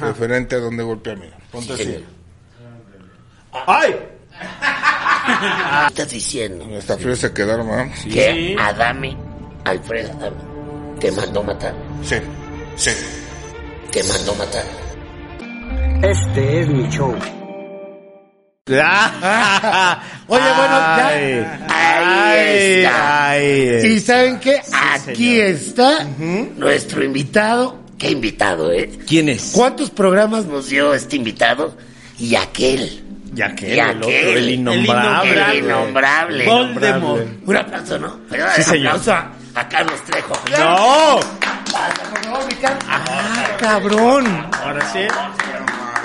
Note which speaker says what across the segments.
Speaker 1: Referente a donde golpea, mira. Ponte así.
Speaker 2: ¡Ay!
Speaker 3: ¿Qué estás diciendo?
Speaker 1: Hasta frío se quedaron, ¿verdad?
Speaker 3: Que Adame, Alfredo Adame, te mandó matar.
Speaker 1: Sí. Sí.
Speaker 3: Te mandó matar.
Speaker 4: Este es mi show.
Speaker 5: Oye, bueno,
Speaker 2: Ay.
Speaker 5: ya.
Speaker 3: Ahí está.
Speaker 5: Ay.
Speaker 2: Ay.
Speaker 5: ¿Y saben qué? Aquí
Speaker 2: señor.
Speaker 5: está.
Speaker 3: Nuestro invitado, qué invitado, ¿eh?
Speaker 2: ¿Quién es?
Speaker 5: ¿Cuántos programas
Speaker 3: Nos dio este invitado y aquel.
Speaker 2: Ya que
Speaker 3: Ya
Speaker 2: el otro,
Speaker 3: que
Speaker 2: el
Speaker 3: el
Speaker 2: innombrable.
Speaker 3: El innombrable.
Speaker 2: Voldemort.
Speaker 3: Un aplauso, ¿no? Pero,
Speaker 2: Sí,
Speaker 3: un
Speaker 2: señor.
Speaker 3: aplauso a- a Carlos Trejo.
Speaker 2: ¡No!
Speaker 5: Ah, cabrón.
Speaker 2: Ahora sí.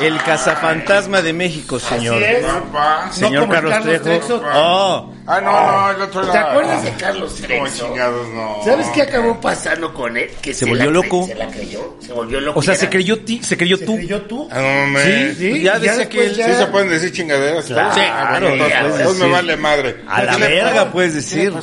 Speaker 2: El cazafantasma de México, señor.
Speaker 1: Papá.
Speaker 2: Señor
Speaker 5: No como
Speaker 2: Carlos,
Speaker 5: Carlos
Speaker 2: Trejo.
Speaker 5: Trejo.
Speaker 2: Oh,
Speaker 1: Ah, no, no, el otro era.
Speaker 5: ¿Te acuerdas?
Speaker 3: De Carlos
Speaker 1: Como
Speaker 3: Trejo.
Speaker 1: chingados, no.
Speaker 5: ¿Sabes qué acabó?
Speaker 3: pasando con él? Que
Speaker 2: Se
Speaker 3: la
Speaker 2: volvió
Speaker 3: cre-
Speaker 2: loco.
Speaker 3: Se la creyó. Se volvió loco.
Speaker 2: o sea,
Speaker 3: Y
Speaker 2: se
Speaker 3: era-
Speaker 2: creyó, ti- se creyó tú.
Speaker 5: ¿Yo tú?
Speaker 1: Ah, no, me...
Speaker 2: Sí, sí, ya decía que él-
Speaker 1: Sí se pueden decir chingaderas.
Speaker 2: Claro,
Speaker 1: ¿sabes? Ah,
Speaker 2: claro,
Speaker 1: bueno,
Speaker 2: ya,
Speaker 1: entonces,
Speaker 2: puedes
Speaker 1: pues me
Speaker 2: decir.
Speaker 1: vale madre.
Speaker 2: A la
Speaker 1: ¿Qué le
Speaker 2: verga,
Speaker 1: pasa?
Speaker 2: puedes decir.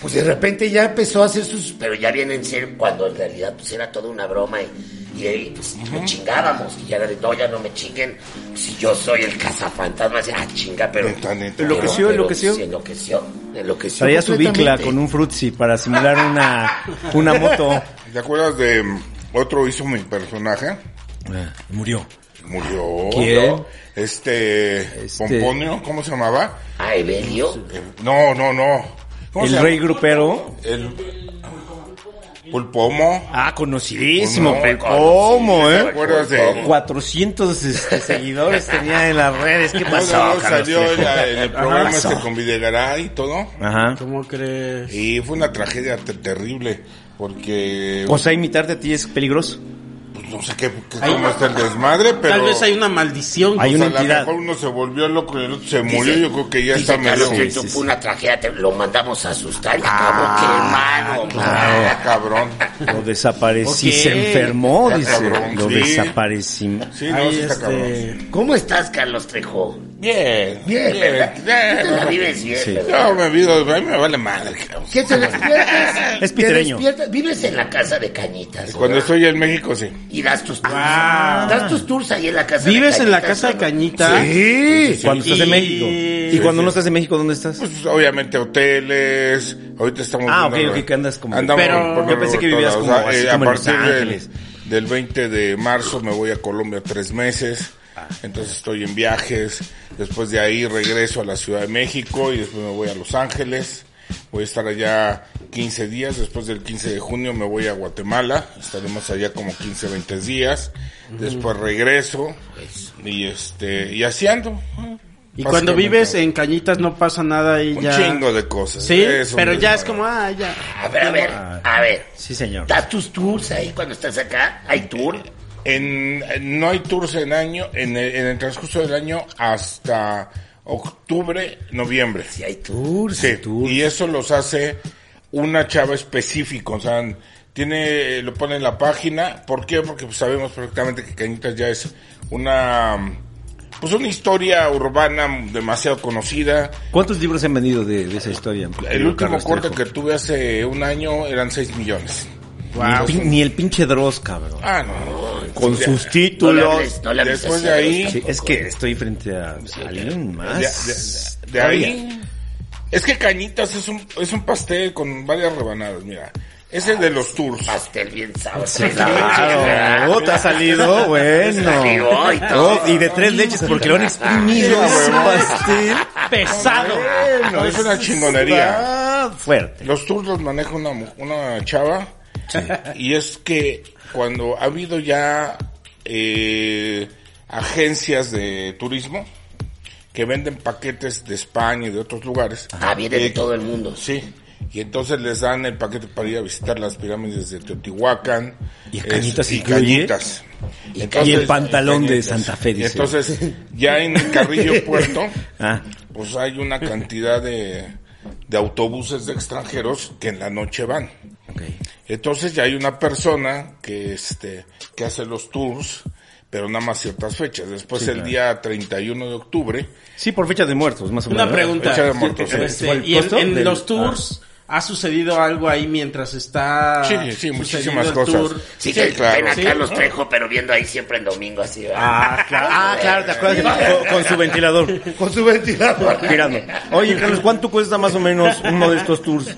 Speaker 5: Pues de repente ya empezó a hacer sus.
Speaker 3: Pero ya vienen ser cuando en realidad pues era toda una broma y, y ahí pues nos chingábamos. Y ya era de, no, ya no me chinguen. Si yo soy el cazafantasma, así, ah, chinga, pero.
Speaker 1: Neta, neta.
Speaker 2: Enloqueció,
Speaker 3: pero
Speaker 2: enloqueció.
Speaker 3: Se enloqueció, enloqueció.
Speaker 2: Traía su bicla
Speaker 3: completamente.
Speaker 2: con un frutzi para simular una, una moto.
Speaker 1: ¿Te acuerdas de mm, otro hizo mi personaje?
Speaker 2: Eh, murió.
Speaker 1: Murió.
Speaker 2: ¿Quién?
Speaker 1: Este,
Speaker 2: Este-
Speaker 1: Pomponio, ¿cómo se llamaba?
Speaker 3: Ah, Evelio.
Speaker 1: Eh, No, no, no. ¿Cómo se
Speaker 2: El
Speaker 1: llama?
Speaker 2: rey grupero.
Speaker 1: El Pulpomo.
Speaker 2: Ah, conocidísimo.
Speaker 1: Oh, No,
Speaker 2: pero
Speaker 1: conocido,
Speaker 2: ¿Cómo,
Speaker 1: ¿Te
Speaker 2: eh?
Speaker 1: acuerdas de
Speaker 2: 400 este, seguidores tenía en las redes. ¿Qué
Speaker 1: No,
Speaker 2: pasó,
Speaker 1: no, no,
Speaker 2: Carlos
Speaker 1: salió en,
Speaker 2: Trejo?
Speaker 1: la- en el programa
Speaker 2: Ajá.
Speaker 1: este con Videgaray y todo.
Speaker 2: Ajá.
Speaker 6: ¿Cómo crees?
Speaker 1: Y fue una tragedia ter- terrible. Porque
Speaker 2: O sea, imitarte a ti es peligroso.
Speaker 1: pues, no sé qué, qué- cómo está el desmadre, pero
Speaker 6: Tal vez hay una maldición.
Speaker 2: Hay
Speaker 1: pues,
Speaker 2: una
Speaker 1: a lo
Speaker 2: entidad.
Speaker 1: mejor uno se volvió loco y el otro se murió. Yo creo que ya
Speaker 3: dice
Speaker 1: está medio.
Speaker 3: Carlos que
Speaker 2: Sí, sí,
Speaker 3: fue una tragedia, te- lo mandamos a asustar y acabó quemado.
Speaker 1: Ah, cabrón.
Speaker 2: Lo desaparecí.
Speaker 6: Ok.
Speaker 2: Se enfermó,
Speaker 1: Está
Speaker 2: dice.
Speaker 1: cabrón,
Speaker 2: Lo
Speaker 1: sí.
Speaker 2: desaparecimos.
Speaker 1: Sí, no,
Speaker 6: Ahí,
Speaker 1: sí está
Speaker 6: este,
Speaker 1: cabrón.
Speaker 5: ¿Cómo está?
Speaker 3: ¿Estás, Carlos Trejo?
Speaker 1: Bien, bien, bien.
Speaker 3: Tú la vives bien,
Speaker 2: Sí.
Speaker 3: ¿verdad?
Speaker 1: Yo me vivo, a mí me vale madre, cabrón.
Speaker 5: ¿Qué te despiertas?
Speaker 2: Es
Speaker 5: Te
Speaker 2: pitereño.
Speaker 5: despiertas, Vives
Speaker 3: Vives
Speaker 5: en
Speaker 3: en la casa de cañitas.
Speaker 1: Cuando
Speaker 3: ¿verdad?
Speaker 1: estoy en México, sí.
Speaker 3: Y das tus tours. Das tus tours ahí en la casa
Speaker 6: ¿Vives
Speaker 3: de
Speaker 6: en la casa de
Speaker 3: Cañitas, ¿no?
Speaker 6: Cañita?
Speaker 5: Sí.
Speaker 2: Cuando estás en
Speaker 6: Y-
Speaker 2: México. ¿Y
Speaker 6: Sí,
Speaker 2: cuando
Speaker 1: sí.
Speaker 2: no estás en México, dónde estás?
Speaker 1: Pues obviamente hoteles, ahorita estamos...
Speaker 2: Ah,
Speaker 1: viendo
Speaker 2: ok,
Speaker 1: lo-
Speaker 2: ok, que andas como-
Speaker 1: Andamos
Speaker 6: Pero-
Speaker 1: por
Speaker 2: yo pensé que vivías
Speaker 1: todos
Speaker 2: como
Speaker 1: lados.
Speaker 2: así
Speaker 1: eh,
Speaker 2: como
Speaker 1: a
Speaker 2: en Los
Speaker 1: partir del-
Speaker 2: Ángeles.
Speaker 1: Del, 20 de marzo me voy a Colombia tres meses,
Speaker 2: Ah.
Speaker 1: entonces estoy en viajes, después de ahí regreso a la Ciudad de México y después me voy a Los Ángeles. Voy a estar allá 15 días, después del 15 de junio me voy a Guatemala, estaremos allá como 15, 20 días, después regreso y este y así ando.
Speaker 6: Y cuando
Speaker 1: Básicamente.
Speaker 6: vives en Cañitas no pasa nada ahí
Speaker 1: Un
Speaker 6: ya.
Speaker 1: chingo de cosas.
Speaker 6: Sí,
Speaker 1: Es un
Speaker 6: pero ya es
Speaker 1: desmadre.
Speaker 6: como, ah, ya.
Speaker 3: A ver, a ver, a ver.
Speaker 2: Sí, señor.
Speaker 3: Das tus tours ahí cuando estás acá. ¿Hay tour?
Speaker 1: En, en- no hay tours en año, en el, en el transcurso del año hasta octubre, noviembre.
Speaker 3: Sí, hay tour.
Speaker 6: pues,
Speaker 1: Sí, Y eso los hace una chava específica, o sea, tiene, lo pone en la página. ¿Por qué? Porque pues, sabemos perfectamente que Cañitas ya es una, pues una historia urbana demasiado conocida.
Speaker 2: ¿Cuántos libros se han vendido de, de esa historia?
Speaker 1: El último
Speaker 2: Carlos
Speaker 1: corte
Speaker 2: Trejo?
Speaker 1: que tuve hace un año eran 6 millones.
Speaker 2: Ni el, pin- ni el pinche Dross, cabrón.
Speaker 1: Ah, no.
Speaker 2: Con
Speaker 1: Ya-
Speaker 2: sus
Speaker 3: No le
Speaker 2: títulos.
Speaker 3: hables, no le hables
Speaker 1: Después
Speaker 3: así
Speaker 1: de
Speaker 3: a los
Speaker 1: ahí-
Speaker 2: Sí,
Speaker 3: tampoco.
Speaker 2: es que estoy frente a alguien
Speaker 1: De,
Speaker 2: más.
Speaker 1: de- de ahí. Es que Cañitas es un, es un pastel con varias rebanadas, mira. Ese de los tours.
Speaker 3: Pastel bien sabroso.
Speaker 2: Claro, oh, te ha salido bueno.
Speaker 3: Salió y todo.
Speaker 2: Oh, y de tres leches, porque lo han exprimido. Es un pastel
Speaker 6: Pesado.
Speaker 1: No, es una chingonería.
Speaker 2: está Ah, fuerte.
Speaker 1: Los tours los maneja una, mu- una chava. Y es que cuando ha habido ya eh, agencias de turismo que venden paquetes de España y de otros lugares.
Speaker 3: Ah, viene de
Speaker 1: eh,
Speaker 3: todo el mundo.
Speaker 1: Sí. Y entonces les dan el paquete para ir a visitar las pirámides de Teotihuacan.
Speaker 2: ¿Y a
Speaker 1: Es-
Speaker 2: Cañitas
Speaker 1: y
Speaker 2: incluye?
Speaker 1: cañitas. Entonces-
Speaker 2: y el pantalón de
Speaker 1: Cañitas.
Speaker 2: Santa Fe,
Speaker 1: Y
Speaker 2: dice.
Speaker 1: entonces, ya en el Carrillo Puerto,
Speaker 2: Ah,
Speaker 1: pues hay una cantidad de, de autobuses de extranjeros que en la noche van.
Speaker 2: ok.
Speaker 1: Entonces ya hay una persona que este que hace los tours, pero nada más ciertas fechas. Después el día 31 de octubre,
Speaker 7: Sí, por fecha de muertos, más o menos.
Speaker 6: Una pregunta.
Speaker 1: Fecha de muertos, sí.
Speaker 6: Este,
Speaker 7: ¿Fue el
Speaker 6: y en,
Speaker 7: costo
Speaker 6: en
Speaker 7: del-
Speaker 6: los tours ha sucedido algo ahí mientras está.
Speaker 1: Sí, sí, muchísimas
Speaker 6: sucediendo el
Speaker 1: cosas.
Speaker 6: tour?
Speaker 1: Sí,
Speaker 3: Sí, que
Speaker 1: claro.
Speaker 3: ven acá
Speaker 1: Sí.
Speaker 3: los Trejo, pero viendo ahí siempre en domingo así. ¿verdad?
Speaker 7: Ah, claro, ah, claro, te acuerdas. de- Con, con su ventilador.
Speaker 5: Con su ventilador.
Speaker 7: Girando. Oye, Carlos, ¿cuánto cuesta más o menos uno de estos tours?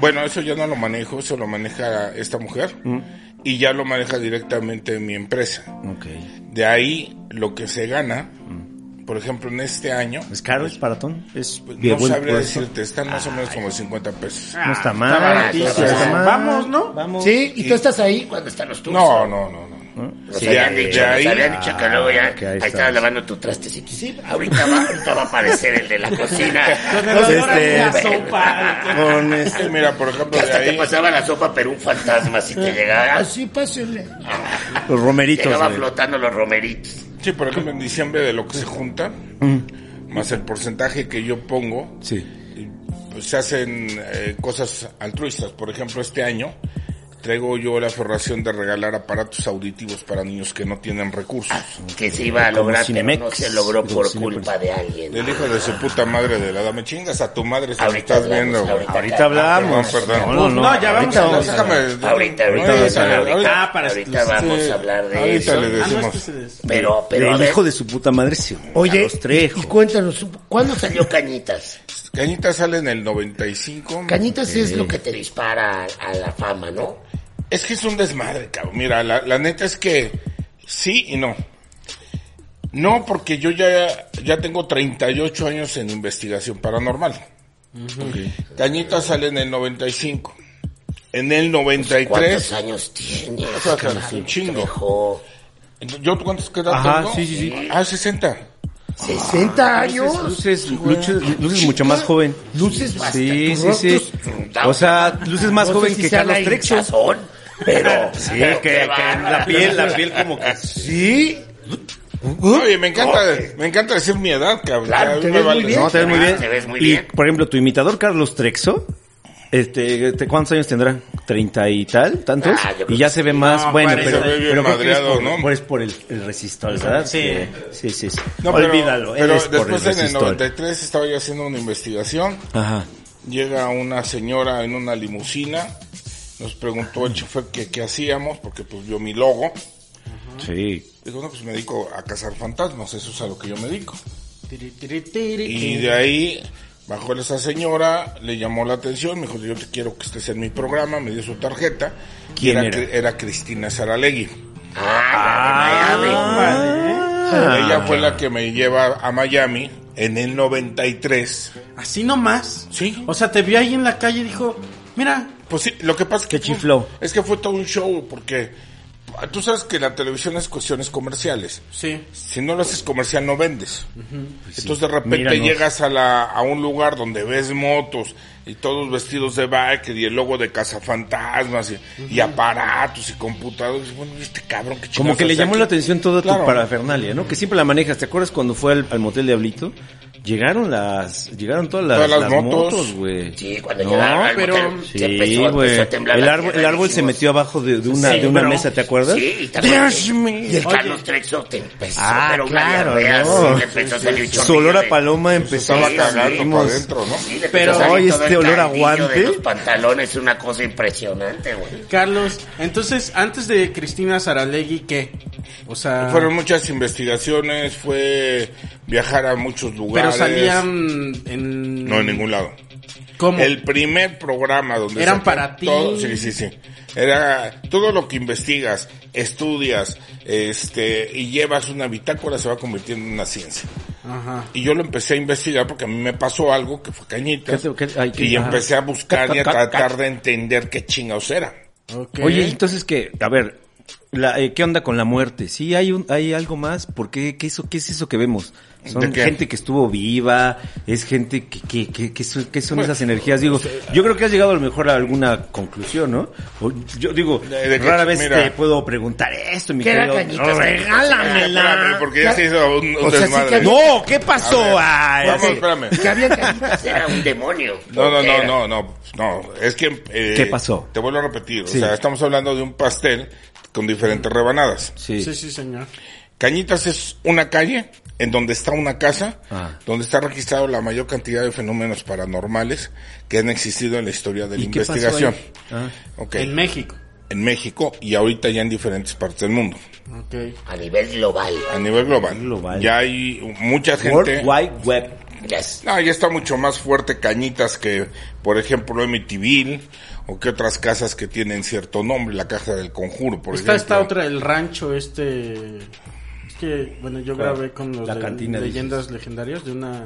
Speaker 1: bueno, eso yo no lo manejo, eso lo maneja esta mujer
Speaker 2: Mm.
Speaker 1: y ya lo maneja directamente mi empresa.
Speaker 2: Ok.
Speaker 1: De ahí lo que se gana, por ejemplo, en este año,
Speaker 2: Mm.
Speaker 1: pues,
Speaker 2: ¿Es caro? ¿Es baratón? ¿Es de
Speaker 1: no
Speaker 2: buen
Speaker 1: sabría
Speaker 2: puesto?
Speaker 1: decirte, están más o menos como 50 pesos.
Speaker 2: No está mal.
Speaker 6: Ah, Está baratísimo.
Speaker 2: no está mal.
Speaker 6: Vamos, ¿no?
Speaker 2: Vamos.
Speaker 5: Sí, y tú estás ahí.
Speaker 3: ¿Cuándo están los tours?
Speaker 1: No, no, no, no.
Speaker 2: ¿Eh?
Speaker 3: Nos
Speaker 1: Sí,
Speaker 3: habían
Speaker 1: de-
Speaker 3: dicho,
Speaker 1: de
Speaker 3: nos
Speaker 1: ahí-
Speaker 3: habían dicho que luego ya,
Speaker 2: Ah, que ahí
Speaker 3: ahí
Speaker 2: estamos.
Speaker 3: estabas lavando tu traste. Sí, sí, ahorita va, ahorita va a aparecer el de la cocina.
Speaker 6: Nos
Speaker 2: Este-
Speaker 6: adoran la sopa.
Speaker 2: Con este-
Speaker 1: Eh, Mira, por ejemplo, de
Speaker 3: Hasta te
Speaker 1: ahí
Speaker 3: pasaba la sopa, pero un fantasma si te llegaba.
Speaker 5: Así, pásenle.
Speaker 2: los romeritos.
Speaker 3: Llegaba
Speaker 2: güey.
Speaker 3: flotando los romeritos.
Speaker 1: Sí, por ejemplo, en diciembre de lo que se junta,
Speaker 2: Mm.
Speaker 1: más el porcentaje que yo pongo,
Speaker 2: Sí.
Speaker 1: pues se hacen eh, cosas altruistas. Por ejemplo, este año traigo yo la aferración de regalar aparatos auditivos para niños que no tienen recursos.
Speaker 3: Que se iba a
Speaker 2: Como
Speaker 3: lograr,
Speaker 2: Cinemex.
Speaker 3: pero no se logró
Speaker 2: Como
Speaker 3: por
Speaker 2: Cinemex.
Speaker 3: culpa de alguien.
Speaker 1: Del hijo de su puta madre de la dame chingas a tu madre si me
Speaker 3: Ahorita
Speaker 1: estás
Speaker 3: hablamos,
Speaker 1: viendo. güey.
Speaker 3: ahorita.
Speaker 2: Ahorita hablamos.
Speaker 1: Perdón, perdón.
Speaker 2: No, no, no.
Speaker 6: Ah, No, ya vamos
Speaker 2: ahorita
Speaker 6: a-
Speaker 1: No, déjame-
Speaker 3: Ahorita, ahorita,
Speaker 1: No,
Speaker 3: vamos a hablar, ahorita,
Speaker 6: Ah, para
Speaker 3: ahorita
Speaker 6: exclusivas.
Speaker 3: vamos a hablar de
Speaker 1: Ahorita
Speaker 3: eso.
Speaker 1: le
Speaker 6: Ah, no,
Speaker 1: decimos.
Speaker 6: es que se des-
Speaker 3: Pero, pero, a
Speaker 2: el
Speaker 3: ver,
Speaker 2: hijo de su puta madre sí. a
Speaker 5: Oye,
Speaker 2: los
Speaker 5: y
Speaker 2: Trejo.
Speaker 5: cuéntanos, ¿cuándo salió?
Speaker 3: salió Cañitas.
Speaker 1: Cañita sale en el 95.
Speaker 5: Cañitas es lo
Speaker 3: Lo
Speaker 5: que...
Speaker 3: que te dispara a la fama, ¿no?
Speaker 1: Es que es un desmadre, cabrón. Mira, la, la neta es que sí y no. No, porque yo ya, ya tengo 38 años en investigación paranormal. Cañita sale en el 95. En el
Speaker 3: ¿Cuántos
Speaker 1: 93.
Speaker 3: años tienes?
Speaker 1: O sea,
Speaker 3: caray,
Speaker 1: es un chingo.
Speaker 3: Trejo?
Speaker 1: ¿Yo cuántos quedan?
Speaker 2: Ajá, sí, sí, sí.
Speaker 1: Ah, 60.
Speaker 5: 60
Speaker 2: Ah,
Speaker 5: años.
Speaker 2: Luces, luces, luces mucho más joven.
Speaker 5: Luces más.
Speaker 2: Sí, sí, sí. O sea, luces más
Speaker 5: No sé
Speaker 2: joven
Speaker 5: si
Speaker 2: que
Speaker 5: sea la
Speaker 2: Carlos Trejo.
Speaker 3: Chazón, pero...
Speaker 2: Sí,
Speaker 3: pero
Speaker 2: que, que
Speaker 3: qué
Speaker 2: la
Speaker 3: bárbaro.
Speaker 2: piel, la piel como que...
Speaker 5: Sí.
Speaker 1: Oye, me encanta, me encanta decir mi edad, cabrón.
Speaker 3: Claro,
Speaker 1: A mí
Speaker 5: te
Speaker 1: me
Speaker 5: ves muy
Speaker 1: vale.
Speaker 5: bien.
Speaker 2: No, ¿Eh? te ves muy bien.
Speaker 3: Te ves muy
Speaker 2: y,
Speaker 3: bien.
Speaker 2: por ejemplo, tu imitador Carlos Trexo, este, este, ¿cuántos años tendrá? ¿Treinta y tal? ¿Tantos?
Speaker 3: Ah, yo creo
Speaker 2: y ya se ve más
Speaker 6: No,
Speaker 2: bueno,
Speaker 6: parece-
Speaker 2: pero,
Speaker 1: se ve bien
Speaker 2: pero creo que es
Speaker 1: madreado,
Speaker 2: por,
Speaker 1: ¿no?
Speaker 2: pues por el, el resistor, ¿verdad?
Speaker 6: Sí.
Speaker 2: Que- Sí, sí, sí.
Speaker 1: No, pero-
Speaker 2: Olvídalo, él
Speaker 1: Pero
Speaker 2: es por el
Speaker 1: después en el
Speaker 2: resistor.
Speaker 1: 93 estaba yo haciendo una investigación.
Speaker 2: Ajá.
Speaker 1: Llega una señora en una limusina, nos preguntó el chofer que qué hacíamos, porque pues vio mi logo.
Speaker 2: Sí.
Speaker 1: Dijo, no, pues me dedico a cazar fantasmas, eso es a lo que yo me dedico.
Speaker 6: Tiri, tiri, tiri,
Speaker 1: Y
Speaker 6: tiri.
Speaker 1: de ahí bajó esa señora, le llamó la atención, me dijo, yo te quiero que estés en mi programa, me dio su tarjeta. y
Speaker 2: ¿Quién
Speaker 1: era,
Speaker 2: era?
Speaker 1: Cri- era Cristina Saralegui.
Speaker 3: Ah, la de Miami.
Speaker 2: Ah.
Speaker 1: Ella fue la que me lleva a Miami en el 93.
Speaker 6: Así nomás.
Speaker 1: Sí.
Speaker 6: O sea, te vio ahí en la calle y dijo, mira,
Speaker 1: Pues sí, lo que pasa es que
Speaker 2: Que chifló.
Speaker 1: fue- es que fue todo un show porque tú sabes que la televisión es cuestiones comerciales.
Speaker 6: sí.
Speaker 1: Si no lo haces comercial no vendes.
Speaker 2: Pues
Speaker 1: Entonces de repente
Speaker 2: Míranos.
Speaker 1: llegas a la a un lugar donde ves motos y todos vestidos de bike y el logo de cazafantasmas y, y aparatos y computadores. Bueno, este cabrón que
Speaker 2: Como que le llamó la atención toda
Speaker 1: Claro.
Speaker 2: tu parafernalia, ¿no? Que siempre la manejas. ¿Te acuerdas cuando fue al, al motel Diablito? Llegaron las, llegaron todas las,
Speaker 1: Todas las motos.
Speaker 2: motos, güey.
Speaker 3: Sí, cuando
Speaker 2: No,
Speaker 3: llegaron al
Speaker 6: pero-
Speaker 3: hotel, se
Speaker 2: Sí,
Speaker 3: empezó,
Speaker 2: güey.
Speaker 3: empezó a temblar
Speaker 2: El
Speaker 3: la
Speaker 2: árbol,
Speaker 3: tierra
Speaker 2: el
Speaker 3: y
Speaker 2: árbol se
Speaker 3: dijimos,
Speaker 2: metió abajo de, de una,
Speaker 6: Sí,
Speaker 2: de una
Speaker 6: pero-
Speaker 2: mesa, ¿te acuerdas?
Speaker 3: Sí, y también-
Speaker 2: Dios mío.
Speaker 3: Y el
Speaker 6: Oye.
Speaker 3: Carlos Trexo te empezó,
Speaker 2: Ah,
Speaker 3: pero una
Speaker 2: claro,
Speaker 3: diarrea,
Speaker 2: no.
Speaker 3: sí, le empezó a salir un
Speaker 2: Su olor a
Speaker 3: chorrillo de-
Speaker 2: paloma empezaba
Speaker 1: Pues Estaba
Speaker 2: a
Speaker 3: Sí,
Speaker 1: cagando para
Speaker 2: cagarnos.
Speaker 1: adentro, ¿no?
Speaker 3: Sí, le empezó
Speaker 6: Pero,
Speaker 3: a salir
Speaker 2: oye,
Speaker 3: todo el
Speaker 2: este olor a
Speaker 3: caldillo de
Speaker 2: guante.
Speaker 3: los pantalones es una cosa impresionante, güey.
Speaker 6: Carlos, entonces, antes de Cristina Saralegui, ¿qué? O sea,
Speaker 1: Fueron muchas investigaciones, fue viajar a muchos
Speaker 6: pero
Speaker 1: lugares.
Speaker 6: salían en...
Speaker 1: No, en ningún lado.
Speaker 6: ¿Cómo?
Speaker 1: El primer programa donde
Speaker 6: Eran
Speaker 1: saqué
Speaker 6: para ti.
Speaker 1: todo- sí, sí, sí. Era todo lo que investigas, estudias, este, y llevas una bitácora se va convirtiendo en una ciencia.
Speaker 6: Ajá.
Speaker 1: Y yo lo empecé a investigar porque a mí me pasó algo que fue cañita.
Speaker 2: ¿Qué te- qué- ay, qué-
Speaker 1: y
Speaker 2: ajá.
Speaker 1: empecé a buscar y a
Speaker 2: Ca- ca- ca-
Speaker 1: tratar de entender qué chingados era.
Speaker 6: ok.
Speaker 2: Oye, entonces que, a ver, la, eh, ¿qué onda con la muerte? Sí, hay un, hay algo más. ¿Por qué? ¿Qué, eso, qué es eso que vemos?
Speaker 1: ¿De
Speaker 2: Son
Speaker 1: qué?
Speaker 2: gente que estuvo viva, es gente que, que, que, que son, que
Speaker 1: Pues,
Speaker 2: son esas energías. Digo, yo creo que has llegado a lo mejor a alguna conclusión, ¿no? O- yo digo,
Speaker 1: De- de que-
Speaker 2: rara vez
Speaker 1: mira.
Speaker 2: te puedo preguntar esto, mi
Speaker 5: ¿Qué era,
Speaker 2: querido.
Speaker 5: Cañitas?
Speaker 2: Robert.
Speaker 5: Ah,
Speaker 1: Espérame, porque ya se hizo un, un
Speaker 5: O sea, sí
Speaker 1: desmadre.
Speaker 5: que había-
Speaker 2: No, ¿qué pasó? Ah,
Speaker 1: A
Speaker 2: Ay,
Speaker 1: ver, vamos,
Speaker 2: así-
Speaker 1: espérame.
Speaker 5: Que había
Speaker 2: Ah.
Speaker 5: cañitas.
Speaker 3: Era un demonio.
Speaker 1: No, no,
Speaker 3: ¿Qué
Speaker 1: no,
Speaker 3: era?
Speaker 1: no, no, no. Es que... eh,
Speaker 2: ¿Qué pasó?
Speaker 1: Te vuelvo a repetir.
Speaker 2: Sí.
Speaker 1: O sea, estamos hablando de un pastel con diferentes rebanadas.
Speaker 2: Sí.
Speaker 6: Sí, sí, señor.
Speaker 1: Cañitas es una calle en donde está una casa,
Speaker 2: Ah.
Speaker 1: donde está registrado la mayor cantidad de fenómenos paranormales que han existido en la historia de la
Speaker 2: ¿Y qué pasó
Speaker 1: investigación.
Speaker 2: ahí? Ah.
Speaker 1: Ok.
Speaker 6: En México.
Speaker 1: en México y ahorita ya en diferentes partes del mundo.
Speaker 6: Ok.
Speaker 3: A nivel global.
Speaker 1: A nivel global.
Speaker 2: Global.
Speaker 1: Ya hay mucha gente.
Speaker 2: World Wide Web.
Speaker 3: Las-
Speaker 1: No, ya está mucho más fuerte Cañitas que, por ejemplo, Amityville o que otras casas que tienen cierto nombre, la Casa del Conjuro, por ejemplo.
Speaker 6: Está esta otra, el rancho este... Es que, bueno, yo
Speaker 2: Claro.
Speaker 6: grabé con los
Speaker 2: La
Speaker 6: de-
Speaker 2: cantina, dices.
Speaker 6: leyendas legendarias de una...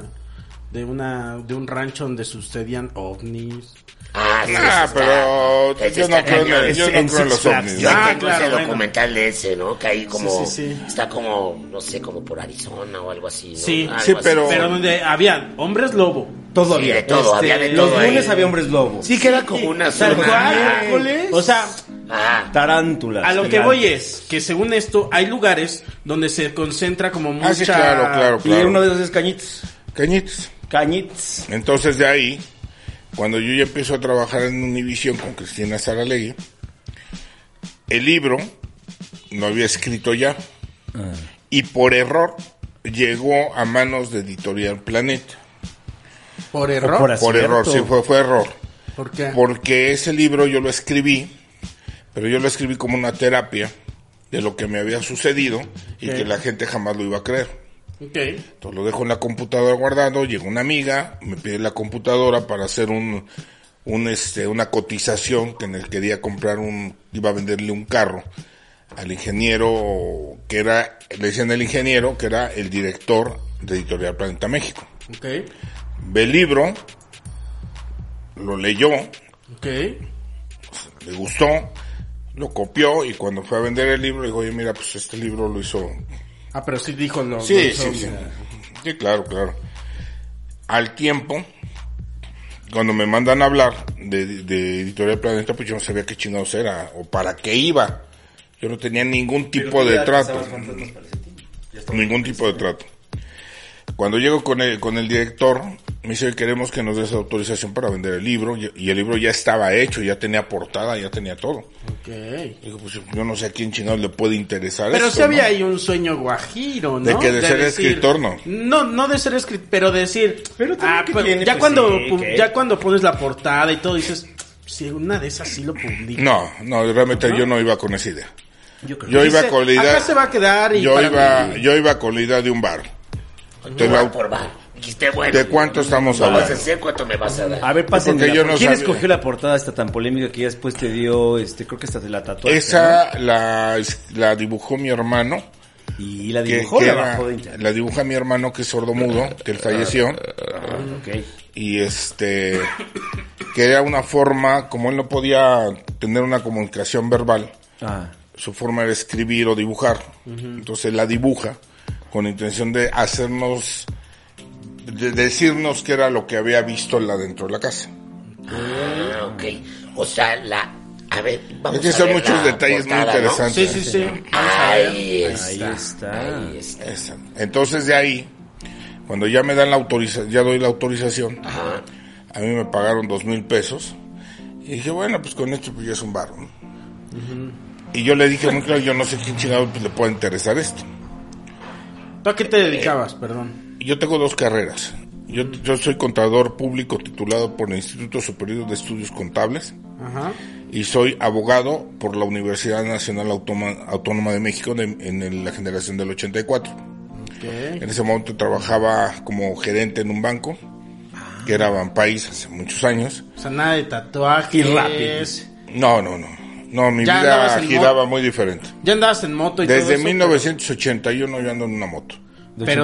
Speaker 6: De una de un rancho donde sucedían ovnis.
Speaker 3: Ah, sí,
Speaker 1: Ah,
Speaker 3: eso
Speaker 1: pero
Speaker 3: está- eso
Speaker 1: yo no
Speaker 3: está
Speaker 1: creo, en,
Speaker 3: cañón.
Speaker 1: yo
Speaker 2: Es-
Speaker 1: no
Speaker 2: en
Speaker 1: creo en los
Speaker 2: Six Flags.
Speaker 1: ovnis.
Speaker 3: Yo
Speaker 1: ¿no?
Speaker 6: Ah,
Speaker 3: tengo
Speaker 6: claro,
Speaker 3: ese
Speaker 6: bueno.
Speaker 3: documental de ese, ¿no? Que ahí como...
Speaker 6: sí, sí.
Speaker 3: Está como, no sé, como por Arizona o algo así, ¿no?
Speaker 6: Sí,
Speaker 3: Algo
Speaker 1: sí,
Speaker 3: así.
Speaker 1: pero-
Speaker 6: Pero donde habían hombres lobo.
Speaker 2: Todo
Speaker 3: Sí, de
Speaker 2: había.
Speaker 3: todo, había de
Speaker 2: este, los
Speaker 3: todo ahí.
Speaker 2: lunes había hombres lobo.
Speaker 5: Sí, que era como
Speaker 3: Como
Speaker 5: una.
Speaker 3: una
Speaker 6: Tal
Speaker 3: zona-
Speaker 6: cual.
Speaker 5: miércoles.
Speaker 6: O sea,
Speaker 3: Ah,
Speaker 2: Tarántulas.
Speaker 6: A lo que
Speaker 2: gigantes.
Speaker 6: voy es que según esto hay lugares donde se concentra como mucha
Speaker 1: Ah, sí, claro, claro,
Speaker 2: Y
Speaker 1: claro.
Speaker 2: uno de esos es Cañitos.
Speaker 1: Cañitas.
Speaker 2: Cañitos.
Speaker 1: Entonces de ahí, cuando yo ya empiezo a trabajar en Univisión con Cristina Saralegui, el libro lo había escrito ya y por error llegó a manos de Editorial Planeta.
Speaker 6: por error.
Speaker 2: Por
Speaker 1: Por
Speaker 2: acierto.
Speaker 1: error, sí, fue, fue error.
Speaker 6: ¿Por qué?
Speaker 1: Porque ese libro yo lo escribí, pero yo lo escribí como una terapia de lo que me había sucedido y
Speaker 6: Ok.
Speaker 1: que la gente jamás lo iba a creer.
Speaker 6: Ok.
Speaker 1: Entonces lo dejo en la computadora guardado, llega una amiga, me pide la computadora para hacer un, un este, una cotización que en el quería comprar un, iba a venderle un carro al ingeniero que era, le decían el ingeniero que era el director de Editorial Planeta México.
Speaker 6: Ok.
Speaker 1: Ve el libro, lo leyó,
Speaker 6: Ok.
Speaker 1: le gustó, lo copió y cuando fue a vender el libro le dijo, oye mira, pues este libro lo hizo
Speaker 6: Ah, pero sí dijo lo.
Speaker 1: Sí,
Speaker 6: lo
Speaker 1: sí,
Speaker 6: hizo-
Speaker 1: sí. Sí, claro, claro. Al tiempo, cuando me mandan a hablar de, de Editorial Planeta, pues yo no sabía qué chingados era o para qué iba. Yo no tenía ningún tipo de trato. Ningún tipo de trato. Cuando llego con el, con el director, me dice, queremos que nos des autorización para vender el libro. Y y el libro ya estaba hecho, ya tenía portada, ya tenía todo.
Speaker 6: Ok.
Speaker 1: Digo, pues yo no sé a quién chingados le puede interesar
Speaker 6: Pero
Speaker 1: esto,
Speaker 6: sí había
Speaker 1: ¿no?
Speaker 6: ahí un sueño guajiro, ¿no?
Speaker 1: De que de ser escritor, no.
Speaker 6: No, no de ser escritor, pero decir.
Speaker 2: Pero tiene
Speaker 6: ah,
Speaker 2: que
Speaker 6: pero
Speaker 2: tiene,
Speaker 6: ya,
Speaker 2: pues,
Speaker 6: cuando,
Speaker 2: sí,
Speaker 6: pu-
Speaker 2: que-
Speaker 6: ya cuando pones la portada y todo, dices. Si una de esas sí lo publica.
Speaker 1: No, no, realmente yo no iba con esa idea. Yo, iba
Speaker 6: Dice,
Speaker 1: con la idea.
Speaker 6: Acá se va a quedar y.
Speaker 1: yo
Speaker 6: para
Speaker 1: iba,
Speaker 6: mí-
Speaker 1: yo iba con la idea de un bar. Entonces,
Speaker 3: bar
Speaker 1: la-
Speaker 3: por bar. Dijiste, bueno.
Speaker 1: ¿De cuánto estamos
Speaker 3: ¿Qué vas a
Speaker 1: hablando? Ah,
Speaker 3: hacer? ¿Cuánto me vas a dar?
Speaker 2: A ver, pasen.
Speaker 1: Porque yo no
Speaker 2: ¿Quién
Speaker 1: sabía.
Speaker 2: escogió la portada esta tan polémica que ya después te dio, este, creo que esta te la tatuaste?
Speaker 1: Esa la, la dibujó mi hermano.
Speaker 2: ¿no? Y la
Speaker 1: que-
Speaker 2: dibujó,
Speaker 1: que
Speaker 2: la
Speaker 1: era-
Speaker 2: bajó de internet.
Speaker 1: la dibuja mi hermano que es sordomudo, que él falleció.
Speaker 2: Ok.
Speaker 1: y este que era una forma, como él no podía tener una comunicación verbal,
Speaker 2: Ah.
Speaker 1: su forma era escribir o dibujar. Entonces la dibuja con intención de hacernos, de decirnos qué era lo que había visto la dentro de la casa.
Speaker 3: Ah, ok. O sea, la... A ver, vamos
Speaker 1: Es que
Speaker 3: a
Speaker 1: son
Speaker 3: ver
Speaker 1: muchos
Speaker 3: la
Speaker 1: detalles muy
Speaker 3: portada, ¿no?
Speaker 6: Sí,
Speaker 1: interesantes.
Speaker 6: sí, sí. Vamos a ver.
Speaker 3: Ahí
Speaker 2: Ahí
Speaker 3: está.
Speaker 2: está.
Speaker 3: Ahí está.
Speaker 1: Esa. Entonces de ahí, cuando ya me dan la autorización, ya doy la autorización,
Speaker 3: Ajá.
Speaker 1: a mí me pagaron dos mil pesos. Y dije, bueno, pues con esto pues ya es un barro. ¿no? Y yo le dije muy claro, yo no sé quién chingado pues, le puede interesar esto.
Speaker 6: ¿Tú a qué te dedicabas? Perdón.
Speaker 1: Yo tengo dos carreras. Yo, yo soy contador público titulado por el Instituto Superior de Estudios Contables
Speaker 6: Ajá.
Speaker 1: y soy abogado por la Universidad Nacional Automa- Autónoma de México de- en el- la generación del 84.
Speaker 6: Ok.
Speaker 1: En ese momento trabajaba como gerente en un banco, que era Banpaís hace muchos años.
Speaker 6: O sea, nada de tatuajes.
Speaker 2: Y rápido.
Speaker 1: No, no, no. No, mi
Speaker 6: Ya andabas
Speaker 1: vida
Speaker 6: en
Speaker 1: giraba muy diferente.
Speaker 6: Ya andabas en moto y todo
Speaker 1: Desde
Speaker 6: eso,
Speaker 1: 1981 yo ando en una moto.
Speaker 6: pero-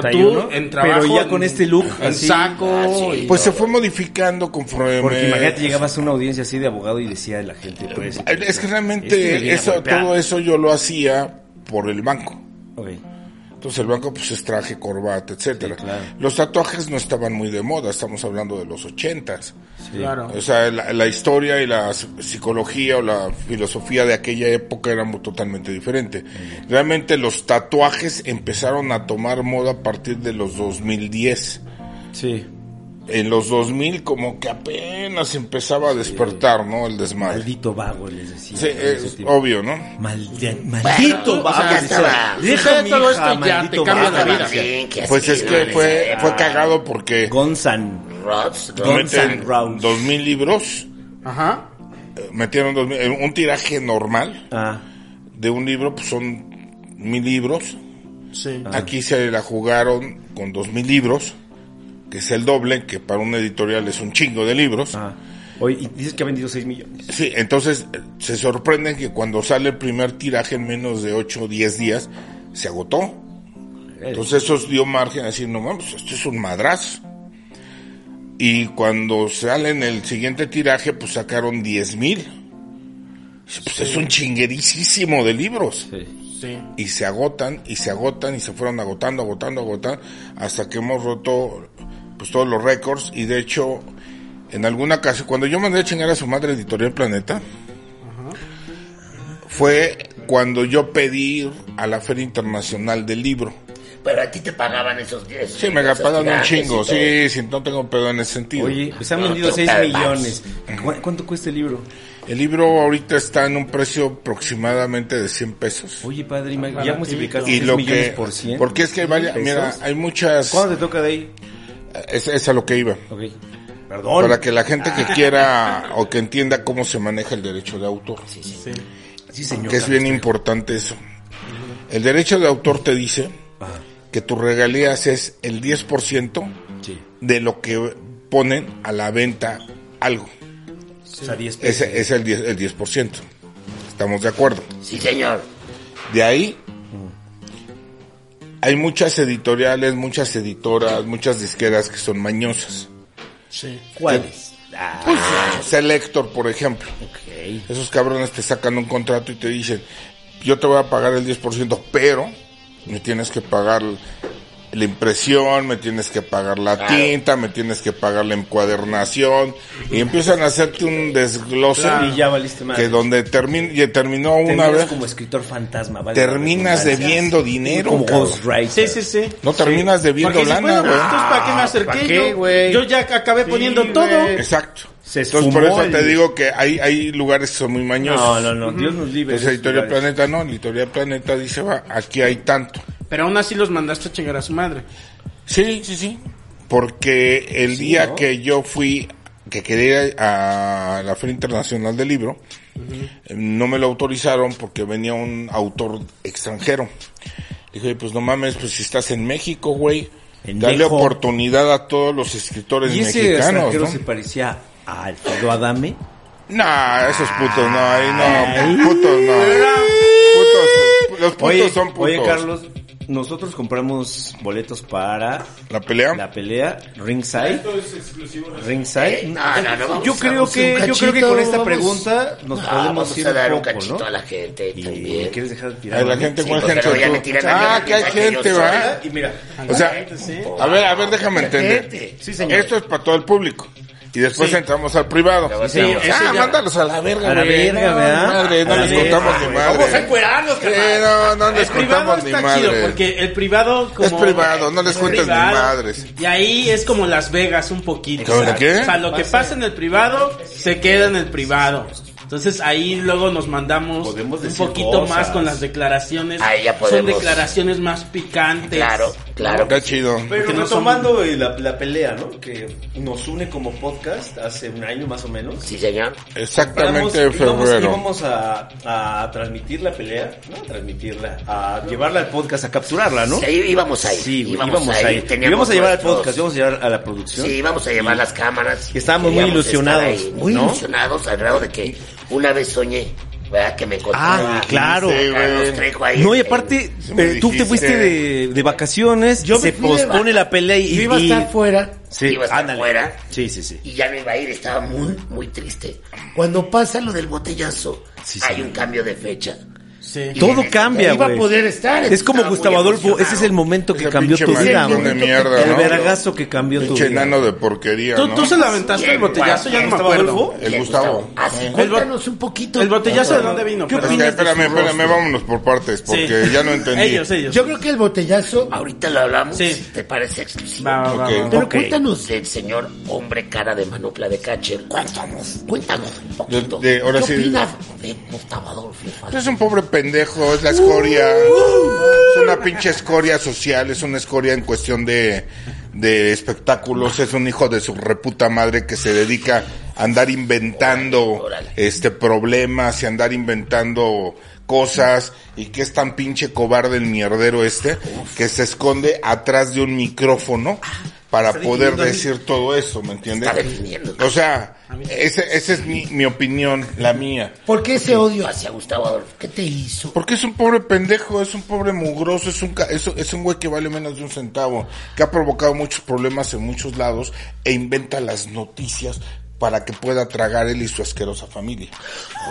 Speaker 2: de
Speaker 6: Pero tú,
Speaker 2: 81,
Speaker 6: en trabajo,
Speaker 2: pero ya con este look,
Speaker 6: en
Speaker 2: así, Ah,
Speaker 6: saco.
Speaker 3: sí.
Speaker 1: Pues se fue modificando conforme.
Speaker 2: Porque imagínate, llegabas a una audiencia así de abogado y decía la gente, pues...
Speaker 1: Es que
Speaker 2: Este me
Speaker 1: realmente
Speaker 2: viene a
Speaker 1: eso,
Speaker 2: golpear.
Speaker 1: todo eso yo lo hacía por el banco.
Speaker 2: Ok.
Speaker 1: Entonces el banco pues es traje, corbata, etcétera.
Speaker 2: Sí, claro.
Speaker 1: Los tatuajes no estaban muy de moda, estamos hablando de los ochentas.
Speaker 2: sí.
Speaker 6: Claro.
Speaker 1: O sea, la, la historia y la s- psicología o la filosofía de aquella época era mu- totalmente diferente. Realmente los tatuajes empezaron a tomar moda a partir de los 2010.
Speaker 2: Sí.
Speaker 1: En los 2000 como que apenas empezaba a despertar, ¿no? El desmadre.
Speaker 2: Maldito vago, les decía.
Speaker 1: Sí,
Speaker 2: en ese
Speaker 1: es
Speaker 2: tiempo.
Speaker 1: obvio, ¿no?
Speaker 2: Maldi- maldito
Speaker 3: Bueno, o sea,
Speaker 2: vago.
Speaker 3: ya
Speaker 2: decía.
Speaker 3: estaba.
Speaker 2: Deja a mi
Speaker 6: Todo
Speaker 2: hija,
Speaker 6: esto ya
Speaker 2: maldito
Speaker 6: te cambia la
Speaker 2: vago.
Speaker 6: vida.
Speaker 3: Bien, ¿eh? que
Speaker 1: Pues
Speaker 3: así,
Speaker 1: es
Speaker 3: ¿no?
Speaker 1: que
Speaker 3: En
Speaker 1: fue,
Speaker 3: esa
Speaker 1: fue
Speaker 3: época.
Speaker 1: cagado porque
Speaker 2: Gonzan.
Speaker 3: Rods,
Speaker 2: Gonz and
Speaker 1: meten
Speaker 2: Roses.
Speaker 1: 2000 libros,
Speaker 6: Ajá.
Speaker 1: eh, metieron 2000, eh, un tiraje normal
Speaker 2: Ah,
Speaker 1: de un libro, pues son mil libros.
Speaker 6: Sí.
Speaker 2: Ah.
Speaker 1: Aquí se la jugaron con dos mil libros, que es el doble, que para un editorial es un chingo de libros.
Speaker 2: ah. Oye, y dices que ha vendido 6 millones.
Speaker 1: Sí, entonces eh, se sorprenden que cuando sale el primer tiraje en menos de 8 o 10 días, se agotó. Eh, Entonces eso dio margen a decir, no mames, esto es un madrazo. Y cuando sale en el siguiente tiraje, pues sacaron 10 mil. Pues es un chinguericísimo de libros.
Speaker 6: Sí.
Speaker 1: y se agotan y se agotan y se fueron agotando, agotando, agotando, hasta que hemos roto pues todos los récords y de hecho en alguna casa cuando yo mandé a chingar a su madre Editorial Planeta fue cuando yo pedí a la Feria Internacional del Libro.
Speaker 3: Pero a ti te pagaban esos 10.
Speaker 1: Sí, me pagan un chingo,
Speaker 3: sí.
Speaker 1: sí, sí, no tengo pedo en ese sentido.
Speaker 2: Oye, pues han
Speaker 3: No,
Speaker 1: Ah,
Speaker 2: vendido
Speaker 3: tú
Speaker 2: 6
Speaker 3: te vas.
Speaker 2: millones. ¿Cu- ¿Cuánto cuesta el libro?
Speaker 1: El libro ahorita está en un precio aproximadamente de 100 pesos.
Speaker 2: Oye, padre, ima- ya multiplicaste
Speaker 1: Y
Speaker 2: 6
Speaker 1: lo
Speaker 2: millones
Speaker 1: que...
Speaker 2: por 100.
Speaker 1: Porque es que hay varias... Mira, hay muchas...
Speaker 2: ¿Cuándo te toca de ahí?
Speaker 1: Es, es a lo que iba.
Speaker 2: Ok. Perdón.
Speaker 1: Para que la gente que quiera o que entienda cómo se maneja el derecho de autor.
Speaker 6: Sí.
Speaker 2: Sí, señor.
Speaker 1: Que es bien importante eso. El derecho de autor te dice
Speaker 2: Ajá.
Speaker 1: que tus regalías es el 10%
Speaker 2: Sí.
Speaker 1: de lo que ponen a la venta algo.
Speaker 2: O sea, 10 pesos.
Speaker 1: Ese es el 10%. El 10%. Estamos de acuerdo.
Speaker 3: Sí, señor.
Speaker 1: De ahí hay muchas editoriales, muchas editoras, muchas disqueras que son mañosas.
Speaker 6: Sí.
Speaker 2: ¿Cuál es?
Speaker 1: Selector, por ejemplo.
Speaker 2: Ok.
Speaker 1: Esos cabrones te sacan un contrato y te dicen, yo te voy a pagar el 10%, pero me tienes que pagar la impresión, me tienes que pagar la
Speaker 3: Claro.
Speaker 1: tinta, me tienes que pagar la encuadernación, y empiezan a hacerte un desglose
Speaker 2: Y ya valiste más.
Speaker 1: que donde termin- y terminó una
Speaker 2: Terminas
Speaker 1: vez,
Speaker 2: como escritor fantasma. vale
Speaker 1: terminas
Speaker 2: la redundancia.
Speaker 1: debiendo dinero.
Speaker 2: Como
Speaker 1: cabrón.
Speaker 2: ghostwriter.
Speaker 6: Sí, sí, sí.
Speaker 1: No terminas debiendo
Speaker 6: Porque dices,
Speaker 1: lana,
Speaker 6: bueno, pues,
Speaker 1: güey.
Speaker 6: entonces, ¿para qué me acerqué?
Speaker 7: ¿para qué,
Speaker 6: Yo-
Speaker 7: güey?
Speaker 6: yo, ya acabé
Speaker 7: Sí,
Speaker 6: poniendo
Speaker 7: güey.
Speaker 6: todo.
Speaker 1: Exacto.
Speaker 2: Se
Speaker 1: Entonces por
Speaker 2: esfumó
Speaker 1: eso te
Speaker 2: el-
Speaker 1: digo que hay, hay lugares que son muy mañosos.
Speaker 2: No, no, no. Dios nos libre.
Speaker 1: Entonces Editorial Planeta no, Editorial Planeta dice, va, aquí hay tanto.
Speaker 6: Pero aún así los mandaste a chingar a su madre.
Speaker 1: Sí, sí, sí. Porque el día
Speaker 2: ¿no?
Speaker 1: que yo fui, que quería ir a la Feria Internacional del Libro, eh, no me lo autorizaron porque venía un autor extranjero. Dije, pues no mames, pues si estás en México, güey, dale
Speaker 2: Pendejo.
Speaker 1: oportunidad a todos los escritores
Speaker 2: Y ese
Speaker 1: mexicanos,
Speaker 2: extranjero
Speaker 1: ¿no?
Speaker 2: se parecía a Alfredo Adame.
Speaker 1: Nah, esos putos no, ahí
Speaker 2: Ah. Ay.
Speaker 1: no, putos no. Putos, los putos
Speaker 2: Oye,
Speaker 1: son putos.
Speaker 2: oye, Carlos, nosotros compramos boletos para
Speaker 1: La pelea.
Speaker 2: la pelea Ringside. Ringside.
Speaker 3: Eh, no, no, no, vamos
Speaker 2: yo
Speaker 3: a-
Speaker 2: creo
Speaker 3: vamos a
Speaker 2: que
Speaker 3: un
Speaker 2: yo creo que
Speaker 3: cachito,
Speaker 2: con esta
Speaker 3: vamos-
Speaker 2: pregunta nos
Speaker 3: No,
Speaker 2: podemos
Speaker 3: Ah, vamos
Speaker 2: ir
Speaker 3: a dar un
Speaker 2: poco,
Speaker 3: cachito
Speaker 2: ¿no?
Speaker 3: a la gente
Speaker 2: Y
Speaker 3: también.
Speaker 2: quieres dejar de tirar
Speaker 1: Ay, la
Speaker 2: mano?
Speaker 1: gente,
Speaker 3: Sí,
Speaker 1: ¿cuál
Speaker 3: porque
Speaker 1: gente?
Speaker 3: luego ya
Speaker 1: tú?
Speaker 3: me tiran a
Speaker 1: ah,
Speaker 3: mí,
Speaker 1: que hay
Speaker 3: igual que
Speaker 1: gente,
Speaker 3: yo
Speaker 1: ¿va?
Speaker 3: sola.
Speaker 2: Y mira,
Speaker 1: O sea, a ver, a ver, déjame entender.
Speaker 3: Gente.
Speaker 1: Esto es para todo el público. Y después entramos al privado.
Speaker 3: Luego
Speaker 1: Sí,
Speaker 3: entramos.
Speaker 1: ah, mándalos a la verga,
Speaker 2: A la
Speaker 1: güey.
Speaker 2: verga,
Speaker 1: No,
Speaker 2: ¿verdad?
Speaker 1: Madre, no
Speaker 2: A la
Speaker 1: les
Speaker 2: verga,
Speaker 1: contamos ni
Speaker 2: güey.
Speaker 1: madre.
Speaker 2: Vamos a
Speaker 1: encuerarnos, Sí, no, no les
Speaker 6: el privado
Speaker 1: contamos ni
Speaker 6: está chido
Speaker 1: madre.
Speaker 6: porque el privado como
Speaker 1: Es privado, no les
Speaker 6: Es
Speaker 1: cuentes ni
Speaker 6: privado,
Speaker 1: madres.
Speaker 6: Y ahí es como Las Vegas un poquito.
Speaker 1: ¿Cómo de qué?
Speaker 6: O sea, lo que pasa en el privado se queda en el privado. Entonces ahí luego nos mandamos
Speaker 2: Podemos
Speaker 6: un
Speaker 2: decir
Speaker 6: poquito
Speaker 2: cosas.
Speaker 6: más con las declaraciones.
Speaker 3: Ahí ya
Speaker 6: Son
Speaker 3: podemos.
Speaker 6: declaraciones más picantes.
Speaker 3: Claro, claro.
Speaker 1: Está chido.
Speaker 2: Pero
Speaker 6: no
Speaker 2: retomando eh, la, la pelea, ¿no? Que nos une como podcast hace un año más o menos.
Speaker 3: Sí, señor.
Speaker 1: Exactamente en
Speaker 2: Íbamos- íbamos-
Speaker 1: febrero.
Speaker 2: Íbamos a, a transmitir la pelea, ¿no? A transmitirla, a llevarla al podcast, a capturarla, ¿no?
Speaker 3: Sí, íbamos ahí.
Speaker 2: Sí, güey,
Speaker 3: íbamos, ahí. teníamos
Speaker 2: Íbamos a llevar al
Speaker 3: nuestros-
Speaker 2: podcast, íbamos a llevar a la producción.
Speaker 3: Sí, íbamos a llevar las cámaras.
Speaker 2: Estábamos muy
Speaker 3: Queríamos
Speaker 2: ilusionados,
Speaker 3: estar ahí, muy
Speaker 2: ¿no?
Speaker 3: ilusionados, al grado de que una vez soñé ¿verdad? Que me encontraba.
Speaker 2: Ah, claro.
Speaker 3: Sí, güey. Los traigo ahí
Speaker 2: No, y
Speaker 3: en-
Speaker 2: aparte,
Speaker 1: Sí me
Speaker 2: eh, tú te
Speaker 1: dijiste.
Speaker 2: fuiste de, de vacaciones,
Speaker 5: Yo me
Speaker 2: se
Speaker 5: fui de
Speaker 2: pospone la pelea y...
Speaker 5: Yo iba a
Speaker 2: y-
Speaker 5: estar fuera.
Speaker 2: Sí,
Speaker 3: Iba a estar
Speaker 2: ándale.
Speaker 3: fuera.
Speaker 2: Sí, sí, sí.
Speaker 3: y ya no iba a ir, estaba muy, muy triste. Cuando pasa lo del botellazo,
Speaker 2: Sí,
Speaker 3: hay
Speaker 2: sí.
Speaker 3: un cambio de fecha.
Speaker 6: Sí.
Speaker 3: Y en
Speaker 2: Todo
Speaker 3: ese-
Speaker 2: cambia,
Speaker 5: Iba
Speaker 2: güey.
Speaker 5: a poder estar.
Speaker 2: Es como
Speaker 3: Estaba muy
Speaker 2: Gustavo Adolfo,
Speaker 3: emocionado.
Speaker 2: ese es el momento que
Speaker 1: Ese
Speaker 2: cambió
Speaker 1: pinche
Speaker 2: tu vida.
Speaker 1: maricón
Speaker 2: güey.
Speaker 1: de mierda,
Speaker 2: El
Speaker 1: ¿no?
Speaker 2: veragazo que cambió tu
Speaker 1: Pinche
Speaker 2: vida.
Speaker 1: enano de porquería,
Speaker 6: ¿Tú,
Speaker 1: ¿no?
Speaker 6: tú se la aventaste el
Speaker 3: ¿Quién,
Speaker 6: botellazo, ya
Speaker 3: Juan?
Speaker 6: no me acuerdo.
Speaker 1: El
Speaker 3: ¿Quién,
Speaker 1: Gustavo.
Speaker 3: Ah, sí,
Speaker 1: Eh.
Speaker 3: cuéntanos un poquito.
Speaker 6: El botellazo de dónde vino.
Speaker 1: Es que
Speaker 6: Perdón.
Speaker 1: espérame, espérame, vámonos por partes, porque
Speaker 6: Sí.
Speaker 1: ya no entendí.
Speaker 6: Ellos, ellos.
Speaker 5: Yo creo que el botellazo.
Speaker 3: Ahorita lo hablamos,
Speaker 6: Sí.
Speaker 3: si te parece exclusivo.
Speaker 6: Va, va, va,
Speaker 1: Ok.
Speaker 6: va.
Speaker 5: Pero cuéntanos.
Speaker 3: Del señor hombre cara de manopla de Cacher. Cuéntanos, cuéntanos un
Speaker 1: De-
Speaker 3: poquito.
Speaker 1: de- ahora
Speaker 3: ¿Qué
Speaker 1: sí.
Speaker 3: opinas de Gustavo Adolfo? Infante?
Speaker 1: Es un pobre pendejo, es la escoria. Es una pinche escoria social, es una escoria en cuestión de, de espectáculos. Es un hijo de su reputa madre que se dedica a andar inventando
Speaker 3: Órale, órale.
Speaker 1: este problemas y andar inventando cosas y que es tan pinche cobarde el mierdero este que se esconde atrás de un micrófono
Speaker 3: Ah,
Speaker 1: para poder decir todo eso, ¿me entiendes?
Speaker 3: Está definiendo.
Speaker 1: O sea, ese- esa es mi, mi opinión, la mía.
Speaker 5: ¿Por qué ese odio?
Speaker 3: Hacia Gustavo Adolfo.
Speaker 5: ¿Qué te hizo?
Speaker 1: Porque es un pobre pendejo, es un pobre mugroso, es un, ca- es, es un güey que vale menos de un centavo, que ha provocado muchos problemas en muchos lados e inventa las noticias para que pueda tragar él y su asquerosa familia.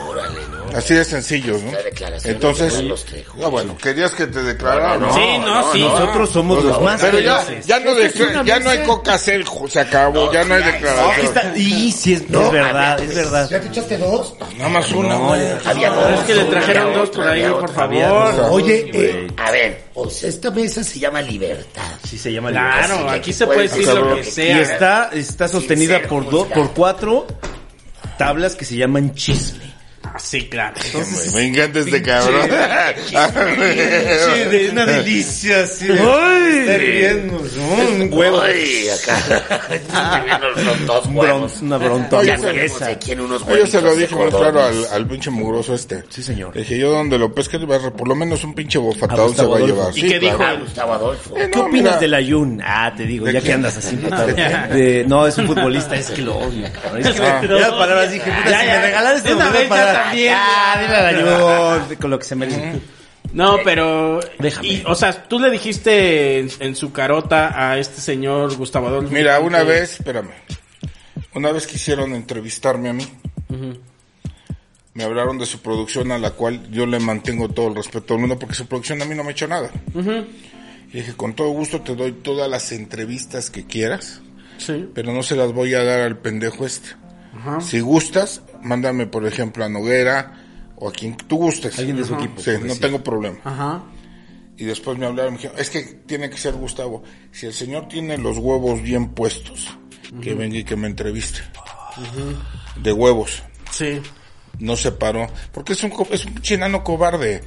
Speaker 3: Órale, ¿no?
Speaker 1: Así de sencillos, ¿no?
Speaker 3: Esta declaración
Speaker 1: Entonces,
Speaker 3: de los Trejo.
Speaker 1: ah, bueno, querías que te declarara, ¿no?
Speaker 6: Sí, no, sí, nosotros somos los más
Speaker 1: Pero ya,
Speaker 6: felices.
Speaker 1: ya no,
Speaker 5: Esta es
Speaker 1: decla-
Speaker 5: una
Speaker 1: ya no hay
Speaker 5: mesa.
Speaker 1: cocacel, jo- se acabó, ya no hay
Speaker 2: Aquí
Speaker 1: declaración.
Speaker 2: está- Y sí, es, es verdad, es
Speaker 6: Ah.
Speaker 2: verdad.
Speaker 5: ¿Ya te echaste dos?
Speaker 1: Nada más una, güey.
Speaker 3: Había
Speaker 6: Pero es que le
Speaker 3: había
Speaker 6: trajeron dos
Speaker 3: otra,
Speaker 6: por ahí,
Speaker 3: había
Speaker 6: por
Speaker 3: otra,
Speaker 6: favor.
Speaker 5: Oye, eh,
Speaker 3: A ver, o sea,
Speaker 5: esta mesa
Speaker 3: se
Speaker 5: se
Speaker 3: llama libertad.
Speaker 2: Sí, se llama libertad.
Speaker 3: Así
Speaker 6: Claro,
Speaker 3: que
Speaker 6: aquí
Speaker 3: aquí
Speaker 6: se puede
Speaker 3: puedes
Speaker 6: decir
Speaker 1: hacer
Speaker 6: lo
Speaker 1: lo
Speaker 6: que
Speaker 1: que
Speaker 6: sea.
Speaker 2: Y está, está sostenida
Speaker 3: ser
Speaker 2: por dos,
Speaker 3: juzgada.
Speaker 2: por cuatro tablas que se llaman chisme.
Speaker 6: Ah, Sí, claro.
Speaker 1: Güey, Me encanta este cabrón. Eh,
Speaker 2: de una delicia, sí.
Speaker 3: Un huevo. Ay, acá. Están viendo los dos
Speaker 2: Un
Speaker 3: huevos.
Speaker 2: bronce, una brontona.
Speaker 3: Ya sabemos de quién unos
Speaker 1: Oye,
Speaker 3: huevitos
Speaker 1: se lo
Speaker 3: de
Speaker 1: dije muy
Speaker 3: codorniz.
Speaker 1: claro al, al pinche mugroso este.
Speaker 2: Sí, señor.
Speaker 1: Le dije, yo donde lo pesque, le va a re- por lo menos un pinche
Speaker 2: A
Speaker 1: bofatado se
Speaker 2: Gustavo
Speaker 1: va a
Speaker 2: Adolfo.
Speaker 1: llevar.
Speaker 6: ¿Y
Speaker 1: Sí,
Speaker 6: qué dijo?
Speaker 1: claro.
Speaker 3: Ah, Gustavo Adolfo.
Speaker 1: Eh,
Speaker 2: ¿Qué
Speaker 1: no,
Speaker 2: opinas
Speaker 1: mira,
Speaker 2: del Ayun? Ah, te digo,
Speaker 1: ¿De
Speaker 2: ya que
Speaker 1: quién?
Speaker 2: andas así emputado. De- no, es un futbolista, es que lo odio. cabrón. Es que
Speaker 1: Ah.
Speaker 2: me- ya palabras dije, puta,
Speaker 6: Ya,
Speaker 2: si
Speaker 6: ya.
Speaker 2: me este regalaras
Speaker 6: De una
Speaker 2: esta
Speaker 6: vez ya también. Eh.
Speaker 2: Ah, dile al Ayun, con lo que se merece.
Speaker 6: No, pero.
Speaker 2: Déjame.
Speaker 6: y, o sea, tú le dijiste en, en su carota a este señor Gustavo Adolfo.
Speaker 1: Mira, una
Speaker 6: que-
Speaker 1: vez, espérame. Una vez quisieron entrevistarme a mí. Me hablaron de su producción a la cual yo le mantengo todo el respeto del mundo porque su producción a mí no me ha hecho nada. Y dije, con todo gusto te doy todas las entrevistas que quieras,
Speaker 6: Sí.
Speaker 1: pero no se las voy a dar al pendejo este.
Speaker 6: Ajá.
Speaker 1: Si gustas, mándame, por ejemplo, a Noguera o a quien tú gustes.
Speaker 2: Alguien de su equipo,
Speaker 1: Sí,
Speaker 2: por
Speaker 1: no
Speaker 2: decir.
Speaker 1: tengo problema.
Speaker 6: Ajá.
Speaker 1: Y después me hablaron, me dijeron, es que tiene que ser Gustavo. Si el señor tiene los huevos bien puestos, que venga y que me entreviste. De huevos.
Speaker 6: Sí.
Speaker 1: No se paró. Porque es un, co- es un pinche enano cobarde.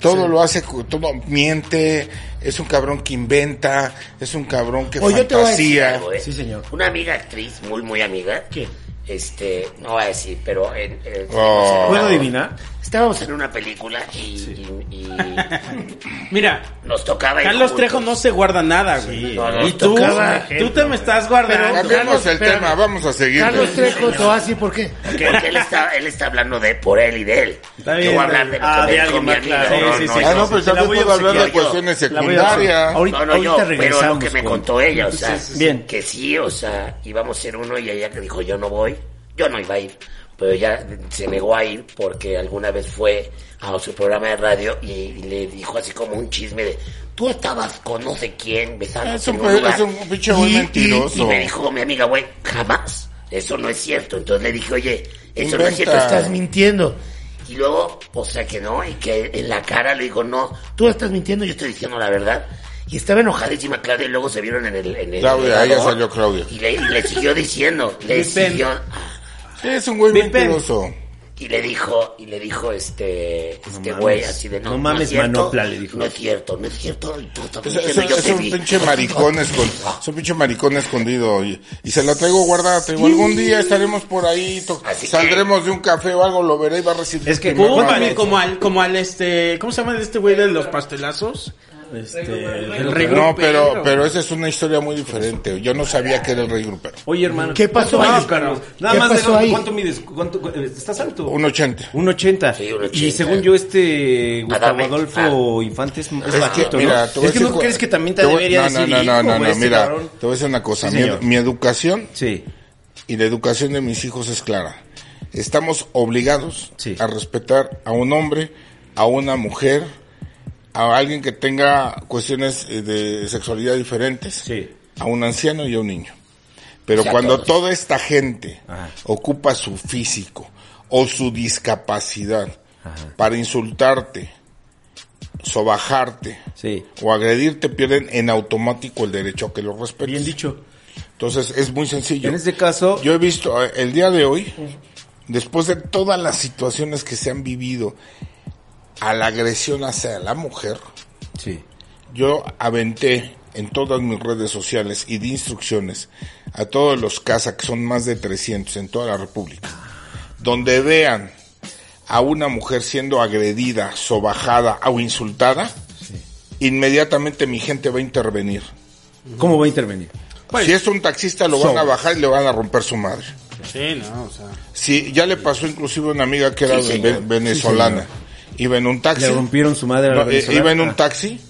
Speaker 1: Todo lo hace, co- todo miente, es un cabrón que inventa, es un cabrón que
Speaker 5: Oye, yo te voy a decir
Speaker 1: fantasía.
Speaker 3: Algo, ¿eh?
Speaker 2: Sí, señor.
Speaker 3: Una amiga actriz, muy, muy amiga.
Speaker 6: ¿Quién?
Speaker 3: Este, no voy a decir, pero. En, eh, en-
Speaker 1: Oh.
Speaker 2: ¿Puedo adivinar?
Speaker 3: Estábamos en una película y, y- y
Speaker 6: Mira,
Speaker 3: nos tocaba. ir
Speaker 6: Carlos
Speaker 3: juntos.
Speaker 6: Trejo no se guarda nada, güey.
Speaker 3: No, no,
Speaker 6: y tú,
Speaker 5: tocaba
Speaker 6: tú te me estás guardando.
Speaker 1: Cambiamos el
Speaker 5: espérame.
Speaker 1: tema, vamos a seguir.
Speaker 5: Carlos Trejo, te voy a decir por qué.
Speaker 3: Porque él está, él está hablando de por él y de él.
Speaker 6: Está
Speaker 3: Yo
Speaker 6: bien,
Speaker 3: voy a hablar de lo
Speaker 2: ah,
Speaker 3: que
Speaker 2: de
Speaker 3: me dijo
Speaker 2: alguien
Speaker 3: mi
Speaker 2: más,
Speaker 3: amiga.
Speaker 2: claro.
Speaker 3: No,
Speaker 2: Sí, sí,
Speaker 3: no,
Speaker 2: sí.
Speaker 3: no,
Speaker 1: Ah, no, pero
Speaker 2: Se la
Speaker 1: yo
Speaker 2: voy a
Speaker 1: puedo hablar de
Speaker 2: obsequiar yo.
Speaker 1: cuestiones
Speaker 2: La voy a obsequiar.
Speaker 1: secundarias.
Speaker 2: Ahorita,
Speaker 3: No, no,
Speaker 2: ahorita
Speaker 3: yo, pero lo
Speaker 2: regresamos.
Speaker 3: que me
Speaker 2: con-
Speaker 3: contó ella, o sea,
Speaker 2: sí, sí. Bien.
Speaker 3: que sí, o sea, íbamos a ser uno y ella que dijo, yo no voy, yo no iba a ir, pero ella se negó a ir porque alguna vez fue a su programa de radio y, y le dijo así como un chisme de, tú estabas con no sé quién besándote
Speaker 1: Es un
Speaker 3: en
Speaker 1: pe-
Speaker 3: un lugar".
Speaker 1: es un pinche güey
Speaker 3: Y- y-
Speaker 1: mentiroso.
Speaker 3: Y me dijo mi amiga, güey, jamás, eso no es cierto, entonces le dije, oye, eso no es
Speaker 1: Inventa.
Speaker 3: cierto, estás
Speaker 5: Estás mintiendo.
Speaker 3: y luego, o sea que no, y que en la cara le digo, no, tú estás mintiendo, yo estoy diciendo la verdad. Y estaba enojadísima Claudia y luego se vieron en el... En el
Speaker 1: Claudia,
Speaker 3: elevador,
Speaker 1: ahí ya salió Claudia.
Speaker 3: Y le, y le siguió diciendo, le
Speaker 6: Vipen.
Speaker 3: siguió...
Speaker 1: Sí, es un güey
Speaker 6: Vipen.
Speaker 1: mentiroso.
Speaker 3: Y le dijo, y le dijo este, este
Speaker 2: mames.
Speaker 3: güey así de no.
Speaker 2: No mames,
Speaker 3: es cierto,
Speaker 2: Manopla", le dijo.
Speaker 3: No es cierto, no es cierto. y tú estás
Speaker 2: Pues
Speaker 1: Es, es-
Speaker 3: mintiendo, yo
Speaker 1: Pues, es
Speaker 3: te
Speaker 1: un
Speaker 3: vi".
Speaker 1: pinche maricón escondido. Es un pinche maricón escondido. Y, y se la traigo guardada. Te digo, algún día estaremos por ahí. to-
Speaker 3: Así que-
Speaker 1: Saldremos de un café o algo, lo veré y va a recibir.
Speaker 2: Es que
Speaker 1: primero
Speaker 6: Uy,
Speaker 1: a
Speaker 6: también
Speaker 1: mí.
Speaker 6: como al, como al este, ¿cómo se llama este güey de los pastelazos? Este, el rey
Speaker 1: No,
Speaker 6: grupero.
Speaker 1: pero, pero esa es una historia muy diferente. Yo no sabía que era el rey grupero.
Speaker 2: Oye, hermano.
Speaker 5: ¿Qué pasó
Speaker 2: ¿cuánto
Speaker 5: ahí?
Speaker 2: mides, Carlos? Nada
Speaker 5: ¿Qué
Speaker 2: más,
Speaker 5: pasó
Speaker 2: déjame-
Speaker 5: ahí?
Speaker 2: ¿cuánto mides? ¿Cuánto, cu- eh, ¿Estás alto?
Speaker 1: Un 80.
Speaker 2: Un 80.
Speaker 3: Sí, un
Speaker 2: Y
Speaker 3: 80.
Speaker 2: según yo, este Gustavo
Speaker 3: Adame.
Speaker 2: Adolfo Infante es, es
Speaker 1: Es
Speaker 2: bajito,
Speaker 1: que,
Speaker 2: ¿no?
Speaker 1: mira, te voy
Speaker 2: Es
Speaker 1: a
Speaker 2: que
Speaker 1: decir
Speaker 2: no
Speaker 1: cu-
Speaker 2: crees que también te,
Speaker 1: voy-
Speaker 2: debería
Speaker 1: no,
Speaker 2: decir
Speaker 1: No, no,
Speaker 2: hijo,
Speaker 1: no, no,
Speaker 2: güey, este
Speaker 1: mira,
Speaker 2: cabrón?
Speaker 1: te voy a decir una cosa.
Speaker 2: Sí,
Speaker 1: mi,
Speaker 2: señor.
Speaker 1: mi educación
Speaker 2: Sí.
Speaker 1: y la educación de mis hijos es clara. Estamos obligados
Speaker 2: Sí.
Speaker 1: a respetar a un hombre, a una mujer, a alguien que tenga cuestiones eh, de sexualidad diferentes,
Speaker 2: Sí.
Speaker 1: a un anciano y a un niño. Pero
Speaker 3: Sí, a
Speaker 1: cuando
Speaker 3: todos.
Speaker 1: toda esta gente
Speaker 2: Ajá.
Speaker 1: ocupa su físico o su discapacidad para insultarte, sobajarte
Speaker 2: Sí.
Speaker 1: o agredirte, pierden en automático el derecho a que lo respetes.
Speaker 2: Bien dicho.
Speaker 1: Entonces es muy sencillo.
Speaker 2: En este caso,
Speaker 1: Yo he visto eh, el día de hoy, después de todas las situaciones que se han vivido a la agresión hacia la mujer,
Speaker 2: sí.
Speaker 1: yo aventé en todas mis redes sociales y di instrucciones a todos los casas, que son más de 300 en toda la República, donde vean a una mujer siendo agredida, sobajada o insultada, inmediatamente mi gente va a intervenir.
Speaker 2: ¿Cómo va a intervenir?
Speaker 1: si es un taxista lo van a bajar y le van a romper su madre.
Speaker 6: Sí, no, o sea.
Speaker 1: Sí, ya le pasó inclusive a una amiga que era
Speaker 3: Sí, señor.
Speaker 1: ve- venezolana. iba en un taxi.
Speaker 2: Le rompieron su madre a la
Speaker 1: No, eh,
Speaker 2: venezolana. Ah.
Speaker 1: iba en un taxi,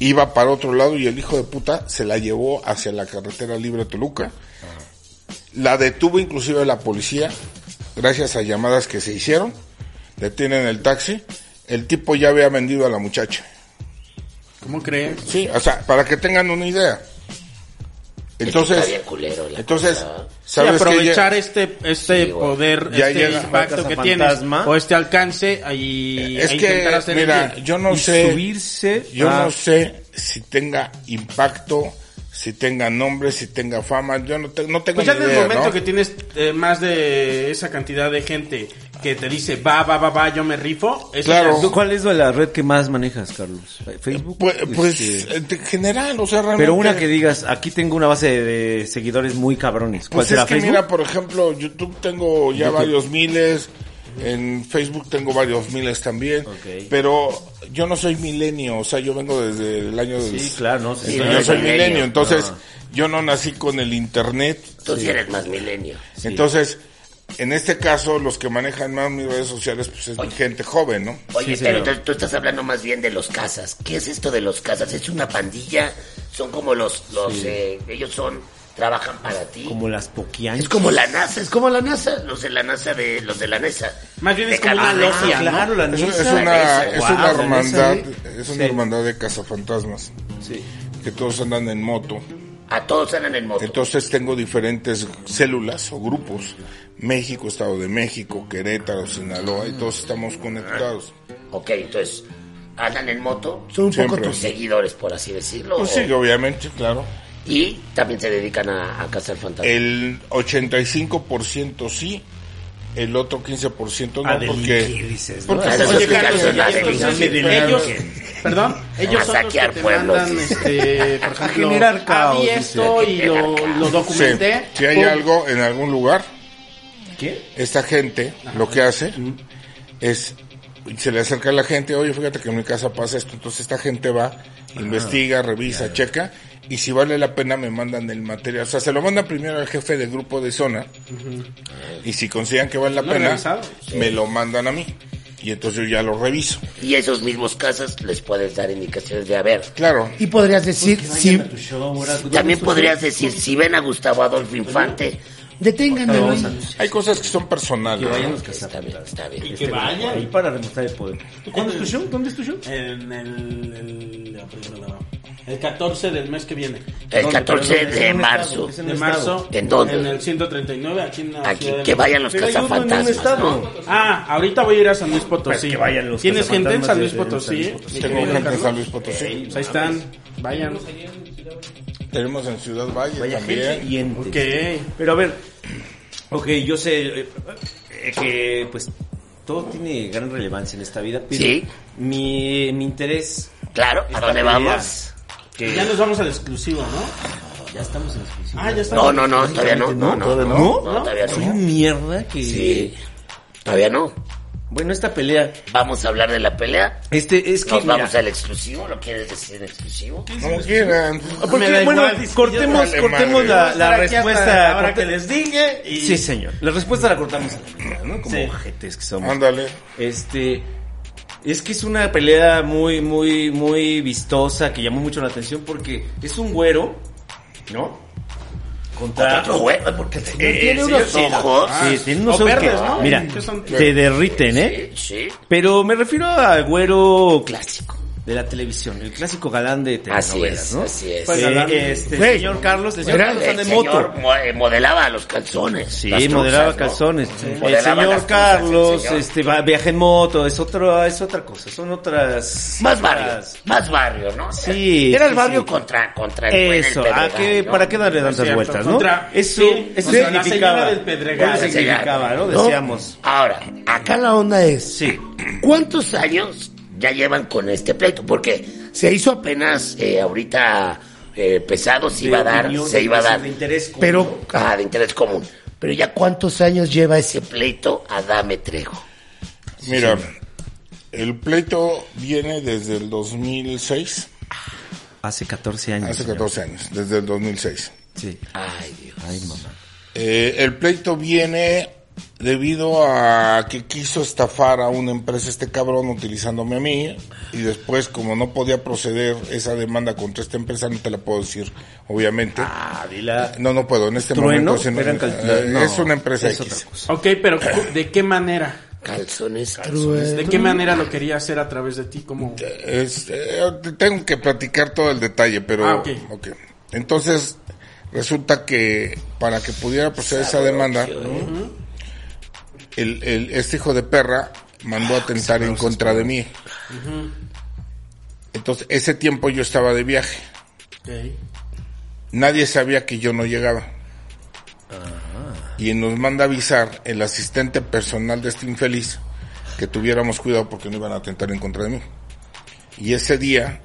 Speaker 1: iba para otro lado y el hijo de puta se la llevó hacia la carretera libre de Toluca. La detuvo inclusive la policía, gracias a llamadas que se hicieron. Detienen el taxi. El tipo ya había vendido a la muchacha.
Speaker 6: ¿Cómo crees?
Speaker 1: Sí, o sea, para que tengan una idea.
Speaker 3: Está
Speaker 1: Entonces,
Speaker 3: bien culero la
Speaker 1: entonces,
Speaker 3: cosa.
Speaker 6: Sí,
Speaker 1: ¿sabes qué?
Speaker 6: aprovechar este este
Speaker 3: Sí, güey.
Speaker 6: poder,
Speaker 1: Ya
Speaker 6: este
Speaker 1: llega-
Speaker 6: impacto que tienes
Speaker 2: Cazafantasma.
Speaker 6: o este alcance y
Speaker 1: Es
Speaker 6: e
Speaker 1: que,
Speaker 6: intentar hacer el
Speaker 1: mira,
Speaker 6: bien.
Speaker 1: yo no
Speaker 2: Y
Speaker 1: sé.
Speaker 2: subirse
Speaker 1: Yo
Speaker 2: a-
Speaker 1: no sé si tenga impacto, si tenga nombre, si tenga fama. Yo no, te- no tengo
Speaker 6: Pues ya
Speaker 1: ni
Speaker 6: en el
Speaker 1: idea,
Speaker 6: momento
Speaker 1: ¿no?
Speaker 6: que tienes eh, más de esa cantidad de gente que te dice va va va va yo me rifo, eso
Speaker 1: Claro.
Speaker 6: ya-
Speaker 2: ¿Tú ¿Cuál es la red que más manejas, Carlos? ¿Facebook?
Speaker 1: Pues, pues, eh,
Speaker 2: Este,
Speaker 1: en general, o sea, realmente.
Speaker 2: Pero una que digas, aquí tengo una base de seguidores muy cabrones. ¿Cuál
Speaker 1: Pues
Speaker 2: será
Speaker 1: es que
Speaker 2: Facebook?
Speaker 1: mira, por ejemplo, YouTube tengo ya varios miles. En Facebook tengo varios miles también.
Speaker 2: Ok.
Speaker 1: Pero yo no soy milenio, o sea, yo vengo desde el año del.
Speaker 2: Sí, claro, no. sí,
Speaker 1: Sí,
Speaker 2: sí.
Speaker 1: yo soy
Speaker 3: milenio.
Speaker 1: milenio, entonces yo no nací con el internet,
Speaker 3: Tú sí eres más milenio.
Speaker 1: Entonces, en este caso, los que manejan más mis redes sociales, pues es gente joven, ¿no?
Speaker 3: Oye,
Speaker 2: Sí,
Speaker 3: pero
Speaker 2: señor.
Speaker 3: entonces tú estás hablando más bien de los casas. ¿Qué es esto de los casas? ¿Es una pandilla? Son como los... los eh, ellos son... Trabajan para ti.
Speaker 1: pues,
Speaker 2: Como las poquianas.
Speaker 3: Es como la NASA, es como la NASA, los de la NASA de los de la NASA.
Speaker 6: Más bien es
Speaker 3: De
Speaker 6: como una
Speaker 3: Canadá.
Speaker 6: logia, ¿no?
Speaker 2: Claro, la
Speaker 1: Es,
Speaker 2: neta.
Speaker 1: es una,
Speaker 3: esa,
Speaker 1: es
Speaker 2: wow,
Speaker 1: una
Speaker 2: esa,
Speaker 1: hermandad,
Speaker 2: ¿eh?
Speaker 1: es una
Speaker 2: Sí.
Speaker 1: hermandad de cazafantasmas,
Speaker 2: Sí.
Speaker 1: que todos andan en moto.
Speaker 3: A todos andan en moto.
Speaker 1: Entonces tengo diferentes células o grupos. México, Estado de México, Querétaro, Sinaloa, y todos estamos conectados.
Speaker 3: ok, entonces andan en moto.
Speaker 5: Son un
Speaker 1: Siempre.
Speaker 5: poco
Speaker 3: Tus
Speaker 5: tus...
Speaker 3: seguidores, por así decirlo.
Speaker 1: Pues
Speaker 3: o-
Speaker 1: sí, obviamente, claro.
Speaker 3: Y también se dedican a, a cazar fantasmas.
Speaker 1: El 85% sí, el otro 15%
Speaker 2: Ah,
Speaker 1: no, porque... porque
Speaker 3: Ah,
Speaker 1: pues,
Speaker 3: eso
Speaker 1: es
Speaker 6: Oye,
Speaker 1: que-
Speaker 6: Carlos,
Speaker 3: ya
Speaker 6: y
Speaker 3: se
Speaker 6: ellos,
Speaker 3: hizo
Speaker 6: sí,
Speaker 3: dinero.
Speaker 6: ellos- perdón, ellos son los que
Speaker 3: saquear
Speaker 6: te
Speaker 3: pueblos,
Speaker 6: mandan,
Speaker 3: dice.
Speaker 6: este, por ejemplo,
Speaker 2: generar
Speaker 6: "Ah, vi
Speaker 2: caos", dice.
Speaker 6: esto y lo, lo
Speaker 1: Sí,
Speaker 6: documenté.
Speaker 1: si hay
Speaker 6: Pum.
Speaker 1: algo en algún lugar,
Speaker 2: ¿Qué?
Speaker 1: esta gente lo que hace es se le acerca a la gente, oye, fíjate que en mi casa pasa esto, entonces esta gente va, investiga, revisa, checa y si vale la pena me mandan el material, o sea, se lo mandan primero al jefe del grupo de zona y si consideran que vale la
Speaker 6: Lo
Speaker 1: pena
Speaker 6: revisado, sí.
Speaker 1: me lo mandan a mí y entonces yo ya lo reviso.
Speaker 3: Y esos mismos casas les puedes dar indicaciones de a ver.
Speaker 1: Claro,
Speaker 5: Y podrías decir, sí,
Speaker 3: Pues También
Speaker 2: Pues
Speaker 3: podrías decir, si ven a Gustavo Adolfo Infante,
Speaker 5: deténganlo.
Speaker 1: hay cosas que son personales. ¿no?
Speaker 3: está bien, está bien.
Speaker 6: que vaya
Speaker 2: Ahí
Speaker 6: y-
Speaker 2: para demostrar el poder. ¿Cuándo es tu show? ¿Dónde es tu show?
Speaker 6: en el, el, el 14 del mes que viene.
Speaker 3: El
Speaker 6: ¿Dónde?
Speaker 3: 14
Speaker 6: Perdón,
Speaker 3: de marzo.
Speaker 2: es Eh, en
Speaker 6: de
Speaker 2: el
Speaker 6: marzo.
Speaker 3: ¿En dónde?
Speaker 6: En el 139, aquí en la
Speaker 3: Aquí,
Speaker 6: Ciudad de
Speaker 3: que
Speaker 6: México.
Speaker 3: vayan los
Speaker 2: Pero hay uno en un
Speaker 3: cazafantasmas.
Speaker 2: estado.
Speaker 3: ¿no?
Speaker 6: Ah, ahorita voy a ir a San Luis Potosí.
Speaker 2: Pues que vayan los
Speaker 6: ¿Tienes gente en San Luis
Speaker 2: cazafantasmas de-
Speaker 6: Potosí?
Speaker 2: de- de-
Speaker 6: eh?
Speaker 2: Pues
Speaker 6: Mi
Speaker 1: Tengo
Speaker 6: querido
Speaker 1: gente en
Speaker 6: Carlos.
Speaker 1: San Luis Potosí,
Speaker 6: Pues ahí están, vayan.
Speaker 1: tenemos en Ciudad Valle también.
Speaker 2: y entes.
Speaker 6: Ok.
Speaker 2: Pero a ver, ok, yo sé eh, eh, que pues todo tiene gran relevancia en esta vida, pero
Speaker 3: Sí.
Speaker 2: mi, mi interés...
Speaker 3: Claro, ¿a
Speaker 2: esta
Speaker 3: dónde
Speaker 2: pelea,
Speaker 3: vamos?
Speaker 2: Que
Speaker 6: Ya nos vamos al exclusivo, ¿no?
Speaker 2: ya estamos en exclusiva.
Speaker 6: Ah, ya está.
Speaker 3: No, no, no, todavía no. No, no, no,
Speaker 2: ¿No?
Speaker 3: no, todavía
Speaker 2: Soy
Speaker 3: no.
Speaker 2: mierda que...
Speaker 3: Sí, todavía no.
Speaker 2: Bueno, esta pelea.
Speaker 3: Vamos a hablar de la pelea.
Speaker 2: Este es que.
Speaker 3: Nos vamos
Speaker 2: mira,
Speaker 3: al exclusivo. ¿Lo quieres decir en exclusivo?
Speaker 1: Como quieran.
Speaker 2: Ah, porque,
Speaker 6: Me da
Speaker 2: bueno,
Speaker 6: igual, dice,
Speaker 2: cortemos,
Speaker 1: yo-
Speaker 2: cortemos la, la
Speaker 6: Estar aquí hasta
Speaker 2: respuesta.
Speaker 6: Ahora
Speaker 2: corte-
Speaker 6: que les dije. Y...
Speaker 2: Sí, señor. La respuesta la cortamos a la mitad, ¿no? Como
Speaker 6: Sí.
Speaker 2: ojetes que somos.
Speaker 1: Ándale.
Speaker 2: Este. Es que es una pelea muy, muy, muy vistosa que llamó mucho la atención porque es un güero, ¿no? Contra. Ah.
Speaker 3: Contra tu juego, porque el señor
Speaker 2: Eh,
Speaker 3: tiene
Speaker 2: sí,
Speaker 3: unos
Speaker 2: sí,
Speaker 3: ojos.
Speaker 2: Sí, tiene unos
Speaker 6: O
Speaker 2: ojos
Speaker 6: verdes,
Speaker 2: que-
Speaker 6: ¿no?
Speaker 2: Mira,
Speaker 6: Que son-
Speaker 2: te derriten, ¿eh?
Speaker 3: Sí, sí.
Speaker 2: Pero me refiero al güero clásico de la televisión, el clásico galán de
Speaker 3: Así
Speaker 2: telenovelas,
Speaker 3: es,
Speaker 2: ¿no?
Speaker 3: así es.
Speaker 2: Eh,
Speaker 6: galán.
Speaker 2: este,
Speaker 5: Güey,
Speaker 2: señor Carlos, el señor
Speaker 5: era-
Speaker 2: Carlos
Speaker 3: El
Speaker 2: anda en
Speaker 3: señor
Speaker 2: moto.
Speaker 3: mo- eh, modelaba los calzones.
Speaker 2: Sí,
Speaker 3: las
Speaker 2: modelaba
Speaker 3: truzas, ¿no?
Speaker 2: calzones. El
Speaker 3: Modelaba las
Speaker 2: señor
Speaker 3: truzas, el
Speaker 2: Carlos,
Speaker 3: señor.
Speaker 2: este, va- viaja en moto, es otro, es otra cosa, son otras.
Speaker 3: Más barrio,
Speaker 2: varias.
Speaker 3: más barrio, ¿no?
Speaker 2: Sí,
Speaker 3: Era el
Speaker 2: sí,
Speaker 3: barrio
Speaker 2: sí.
Speaker 3: contra, contra el güey del
Speaker 2: Eso, ¿a
Speaker 3: Pedregal,
Speaker 2: Ah, qué,
Speaker 3: ¿no?
Speaker 2: ¿para qué darle tantas
Speaker 6: cierto,
Speaker 2: vueltas, no?
Speaker 6: contra-
Speaker 2: Eso,
Speaker 6: sí,
Speaker 2: eso
Speaker 6: o sea, la
Speaker 2: significaba.
Speaker 6: señora del Pedregal.
Speaker 2: Eso significaba, ¿no?
Speaker 3: ¿No?
Speaker 2: Decíamos.
Speaker 3: Ahora, acá la onda es,
Speaker 2: Sí.
Speaker 3: ¿cuántos años ya llevan con este pleito? Porque se hizo apenas eh, ahorita eh, pesado, se iba a dar,
Speaker 2: Opinión,
Speaker 3: se iba a dar.
Speaker 2: de interés, ¿no?
Speaker 4: Pero,
Speaker 3: Ah, de interés común. Pero ya cuántos años lleva ese pleito a Dame Trejo.
Speaker 1: Mira, el pleito viene desde el 2006,
Speaker 2: Hace 14 años.
Speaker 1: hace
Speaker 2: Ah, señor.
Speaker 1: 14 años, desde el 2006.
Speaker 2: Sí.
Speaker 3: Ay, Dios.
Speaker 2: Ay, mamá.
Speaker 1: Eh, el pleito viene debido a que quiso estafar a una empresa este cabrón utilizándome a mí y después como no podía proceder esa demanda contra esta empresa no te la puedo decir obviamente
Speaker 2: Ah, dila.
Speaker 1: no no puedo en este
Speaker 2: Trueno,
Speaker 1: momento si no-
Speaker 2: eran calcula-
Speaker 1: eh,
Speaker 2: no,
Speaker 1: es una empresa
Speaker 2: es
Speaker 1: X.
Speaker 2: otra cosa.
Speaker 6: Ok, pero cu- ¿de qué manera?
Speaker 3: Calzones
Speaker 6: Pues, ¿De qué manera lo quería hacer a través de ti? Como...
Speaker 1: Es- eh, te tengo que platicar todo el detalle, pero...
Speaker 6: Ah, ok.
Speaker 1: ok. Entonces, resulta que para que pudiera proceder esa demanda, el, el- este hijo de perra mandó a tentar en contra de mí. Entonces, ese tiempo yo estaba de viaje.
Speaker 6: Ok.
Speaker 1: Nadie sabía que yo no llegaba. Y nos manda avisar el asistente personal de este infeliz que tuviéramos cuidado porque no iban a atentar en contra de mí. Y ese día,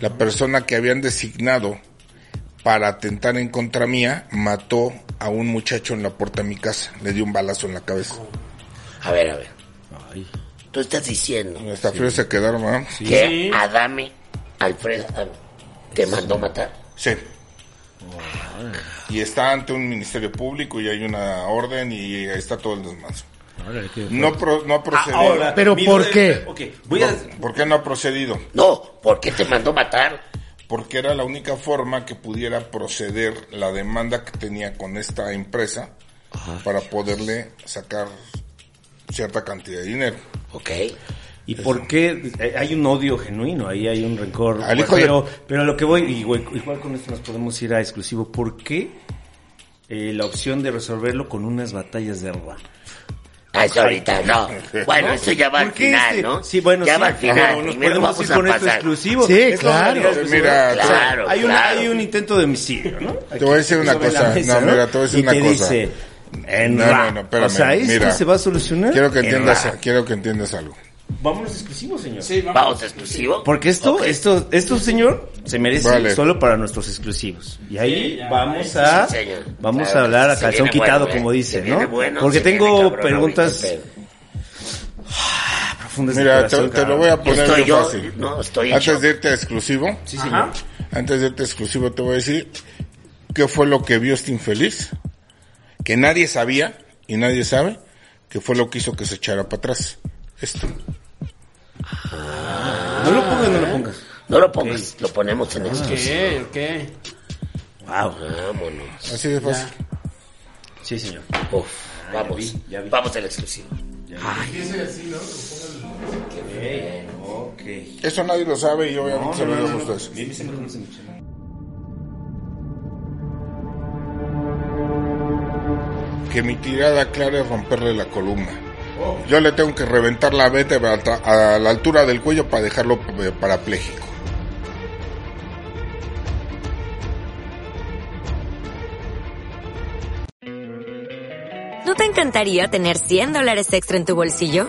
Speaker 1: la persona que habían designado para atentar en contra mía mató a un muchacho en la puerta de mi casa. Le dio un balazo en la cabeza.
Speaker 3: A ver, a ver.
Speaker 2: Ay.
Speaker 3: Tú estás diciendo
Speaker 1: Hasta frío se quedaron, ¿verdad? Sí.
Speaker 3: que
Speaker 6: Sí.
Speaker 3: Adame, Alfredo Adame, te mandó matar.
Speaker 1: Y está ante un ministerio público y hay una orden y está todo el desmanso. No, pro-
Speaker 3: Ah,
Speaker 1: no ha procedido.
Speaker 2: Ahora,
Speaker 5: ¿Pero
Speaker 2: mi
Speaker 5: por
Speaker 2: duda
Speaker 5: qué?
Speaker 2: es- ok, voy a...
Speaker 1: ¿Por qué no ha procedido?
Speaker 3: No, ¿por qué te mandó matar?
Speaker 1: Porque era la única forma que pudiera proceder la demanda que tenía con esta empresa para poderle sacar cierta cantidad de dinero.
Speaker 3: Ok.
Speaker 2: ¿Y por qué? Eh, Hay un odio genuino, ahí hay un rencor.
Speaker 1: Al hijo de-
Speaker 2: pero, pero a lo que voy, y güey, igual con esto nos podemos ir a exclusivo, ¿por qué eh, la opción de resolverlo con unas batallas de rap?
Speaker 3: Ah, eso ahorita no. Bueno,
Speaker 2: ¿No?
Speaker 3: eso ya va al
Speaker 2: ¿Por qué
Speaker 3: final,
Speaker 2: este?
Speaker 3: ¿no?
Speaker 2: Sí, bueno,
Speaker 3: ya
Speaker 2: sí,
Speaker 3: va al
Speaker 2: pero
Speaker 3: final.
Speaker 2: nos
Speaker 3: Primero
Speaker 2: podemos
Speaker 3: vamos
Speaker 2: ir
Speaker 3: a
Speaker 2: con esto
Speaker 3: pasar.
Speaker 2: exclusivo.
Speaker 5: Sí,
Speaker 2: Es la
Speaker 5: claro.
Speaker 2: modalidad exclusiva.
Speaker 1: Mira,
Speaker 3: Claro,
Speaker 2: hay, un,
Speaker 3: claro.
Speaker 2: hay un intento de homicidio, ¿no?
Speaker 1: Te voy a decir una
Speaker 2: Sobre la
Speaker 1: cosa,
Speaker 2: mesa,
Speaker 1: no, mira, te voy a decir
Speaker 2: Y
Speaker 1: una
Speaker 2: te
Speaker 1: cosa.
Speaker 2: dice, en
Speaker 1: No, no,
Speaker 2: rap.
Speaker 1: no, espérame,
Speaker 2: o sea, esto
Speaker 1: mira.
Speaker 2: se va a solucionar.
Speaker 1: Quiero que
Speaker 2: en
Speaker 1: entiendas,
Speaker 2: rap.
Speaker 1: quiero que entiendas algo.
Speaker 2: Vámonos exclusivos, señor.
Speaker 6: Sí, vamos.
Speaker 3: Vamos a exclusivo.
Speaker 2: Porque esto, esto, esto, señor, se merece
Speaker 1: Vale.
Speaker 2: solo para nuestros exclusivos. Y ahí
Speaker 6: ya,
Speaker 2: vamos a,
Speaker 3: sí, señor.
Speaker 2: vamos
Speaker 3: Claro,
Speaker 2: a hablar a
Speaker 3: se
Speaker 2: calzón
Speaker 3: viene
Speaker 2: quitado,
Speaker 3: bueno,
Speaker 2: como
Speaker 3: eh.
Speaker 2: dicen,
Speaker 3: Se viene
Speaker 2: ¿no?
Speaker 3: bueno,
Speaker 2: Porque
Speaker 3: se viene
Speaker 2: tengo
Speaker 3: cabrón
Speaker 2: preguntas
Speaker 3: ahorita, pero
Speaker 2: profundas. de
Speaker 1: Mira, te,
Speaker 2: corazón,
Speaker 1: te lo
Speaker 2: cabrón.
Speaker 1: voy a poner
Speaker 3: Estoy
Speaker 1: bien
Speaker 3: yo,
Speaker 1: fácil.
Speaker 3: no, estoy en
Speaker 1: Antes
Speaker 3: shock.
Speaker 1: de irte a exclusivo,
Speaker 6: Ajá.
Speaker 1: antes de irte a exclusivo te voy a decir qué fue lo que vio este infeliz, que nadie sabía y nadie sabe, que fue lo que hizo que se echara para atrás. Esto.
Speaker 3: Ah.
Speaker 2: No lo pongas, no lo pongas.
Speaker 3: No lo pongas, lo ponemos
Speaker 2: Ah.
Speaker 3: en exclusivo.
Speaker 6: Ok, ok.
Speaker 2: Wow.
Speaker 3: Vámonos.
Speaker 1: Así de fácil.
Speaker 2: Sí, señor.
Speaker 3: Uf, vamos.
Speaker 2: vi, ya vi.
Speaker 3: Vamos al exclusivo.
Speaker 2: Ok.
Speaker 1: Eso nadie lo sabe y obviamente se lo digo a ustedes. Que mi tirada clara es romperle la columna. Yo le tengo que reventar la vértebra atra- a la altura del cuello para dejarlo eh, parapléjico.
Speaker 8: ¿No te encantaría tener 100 dólares extra en tu bolsillo?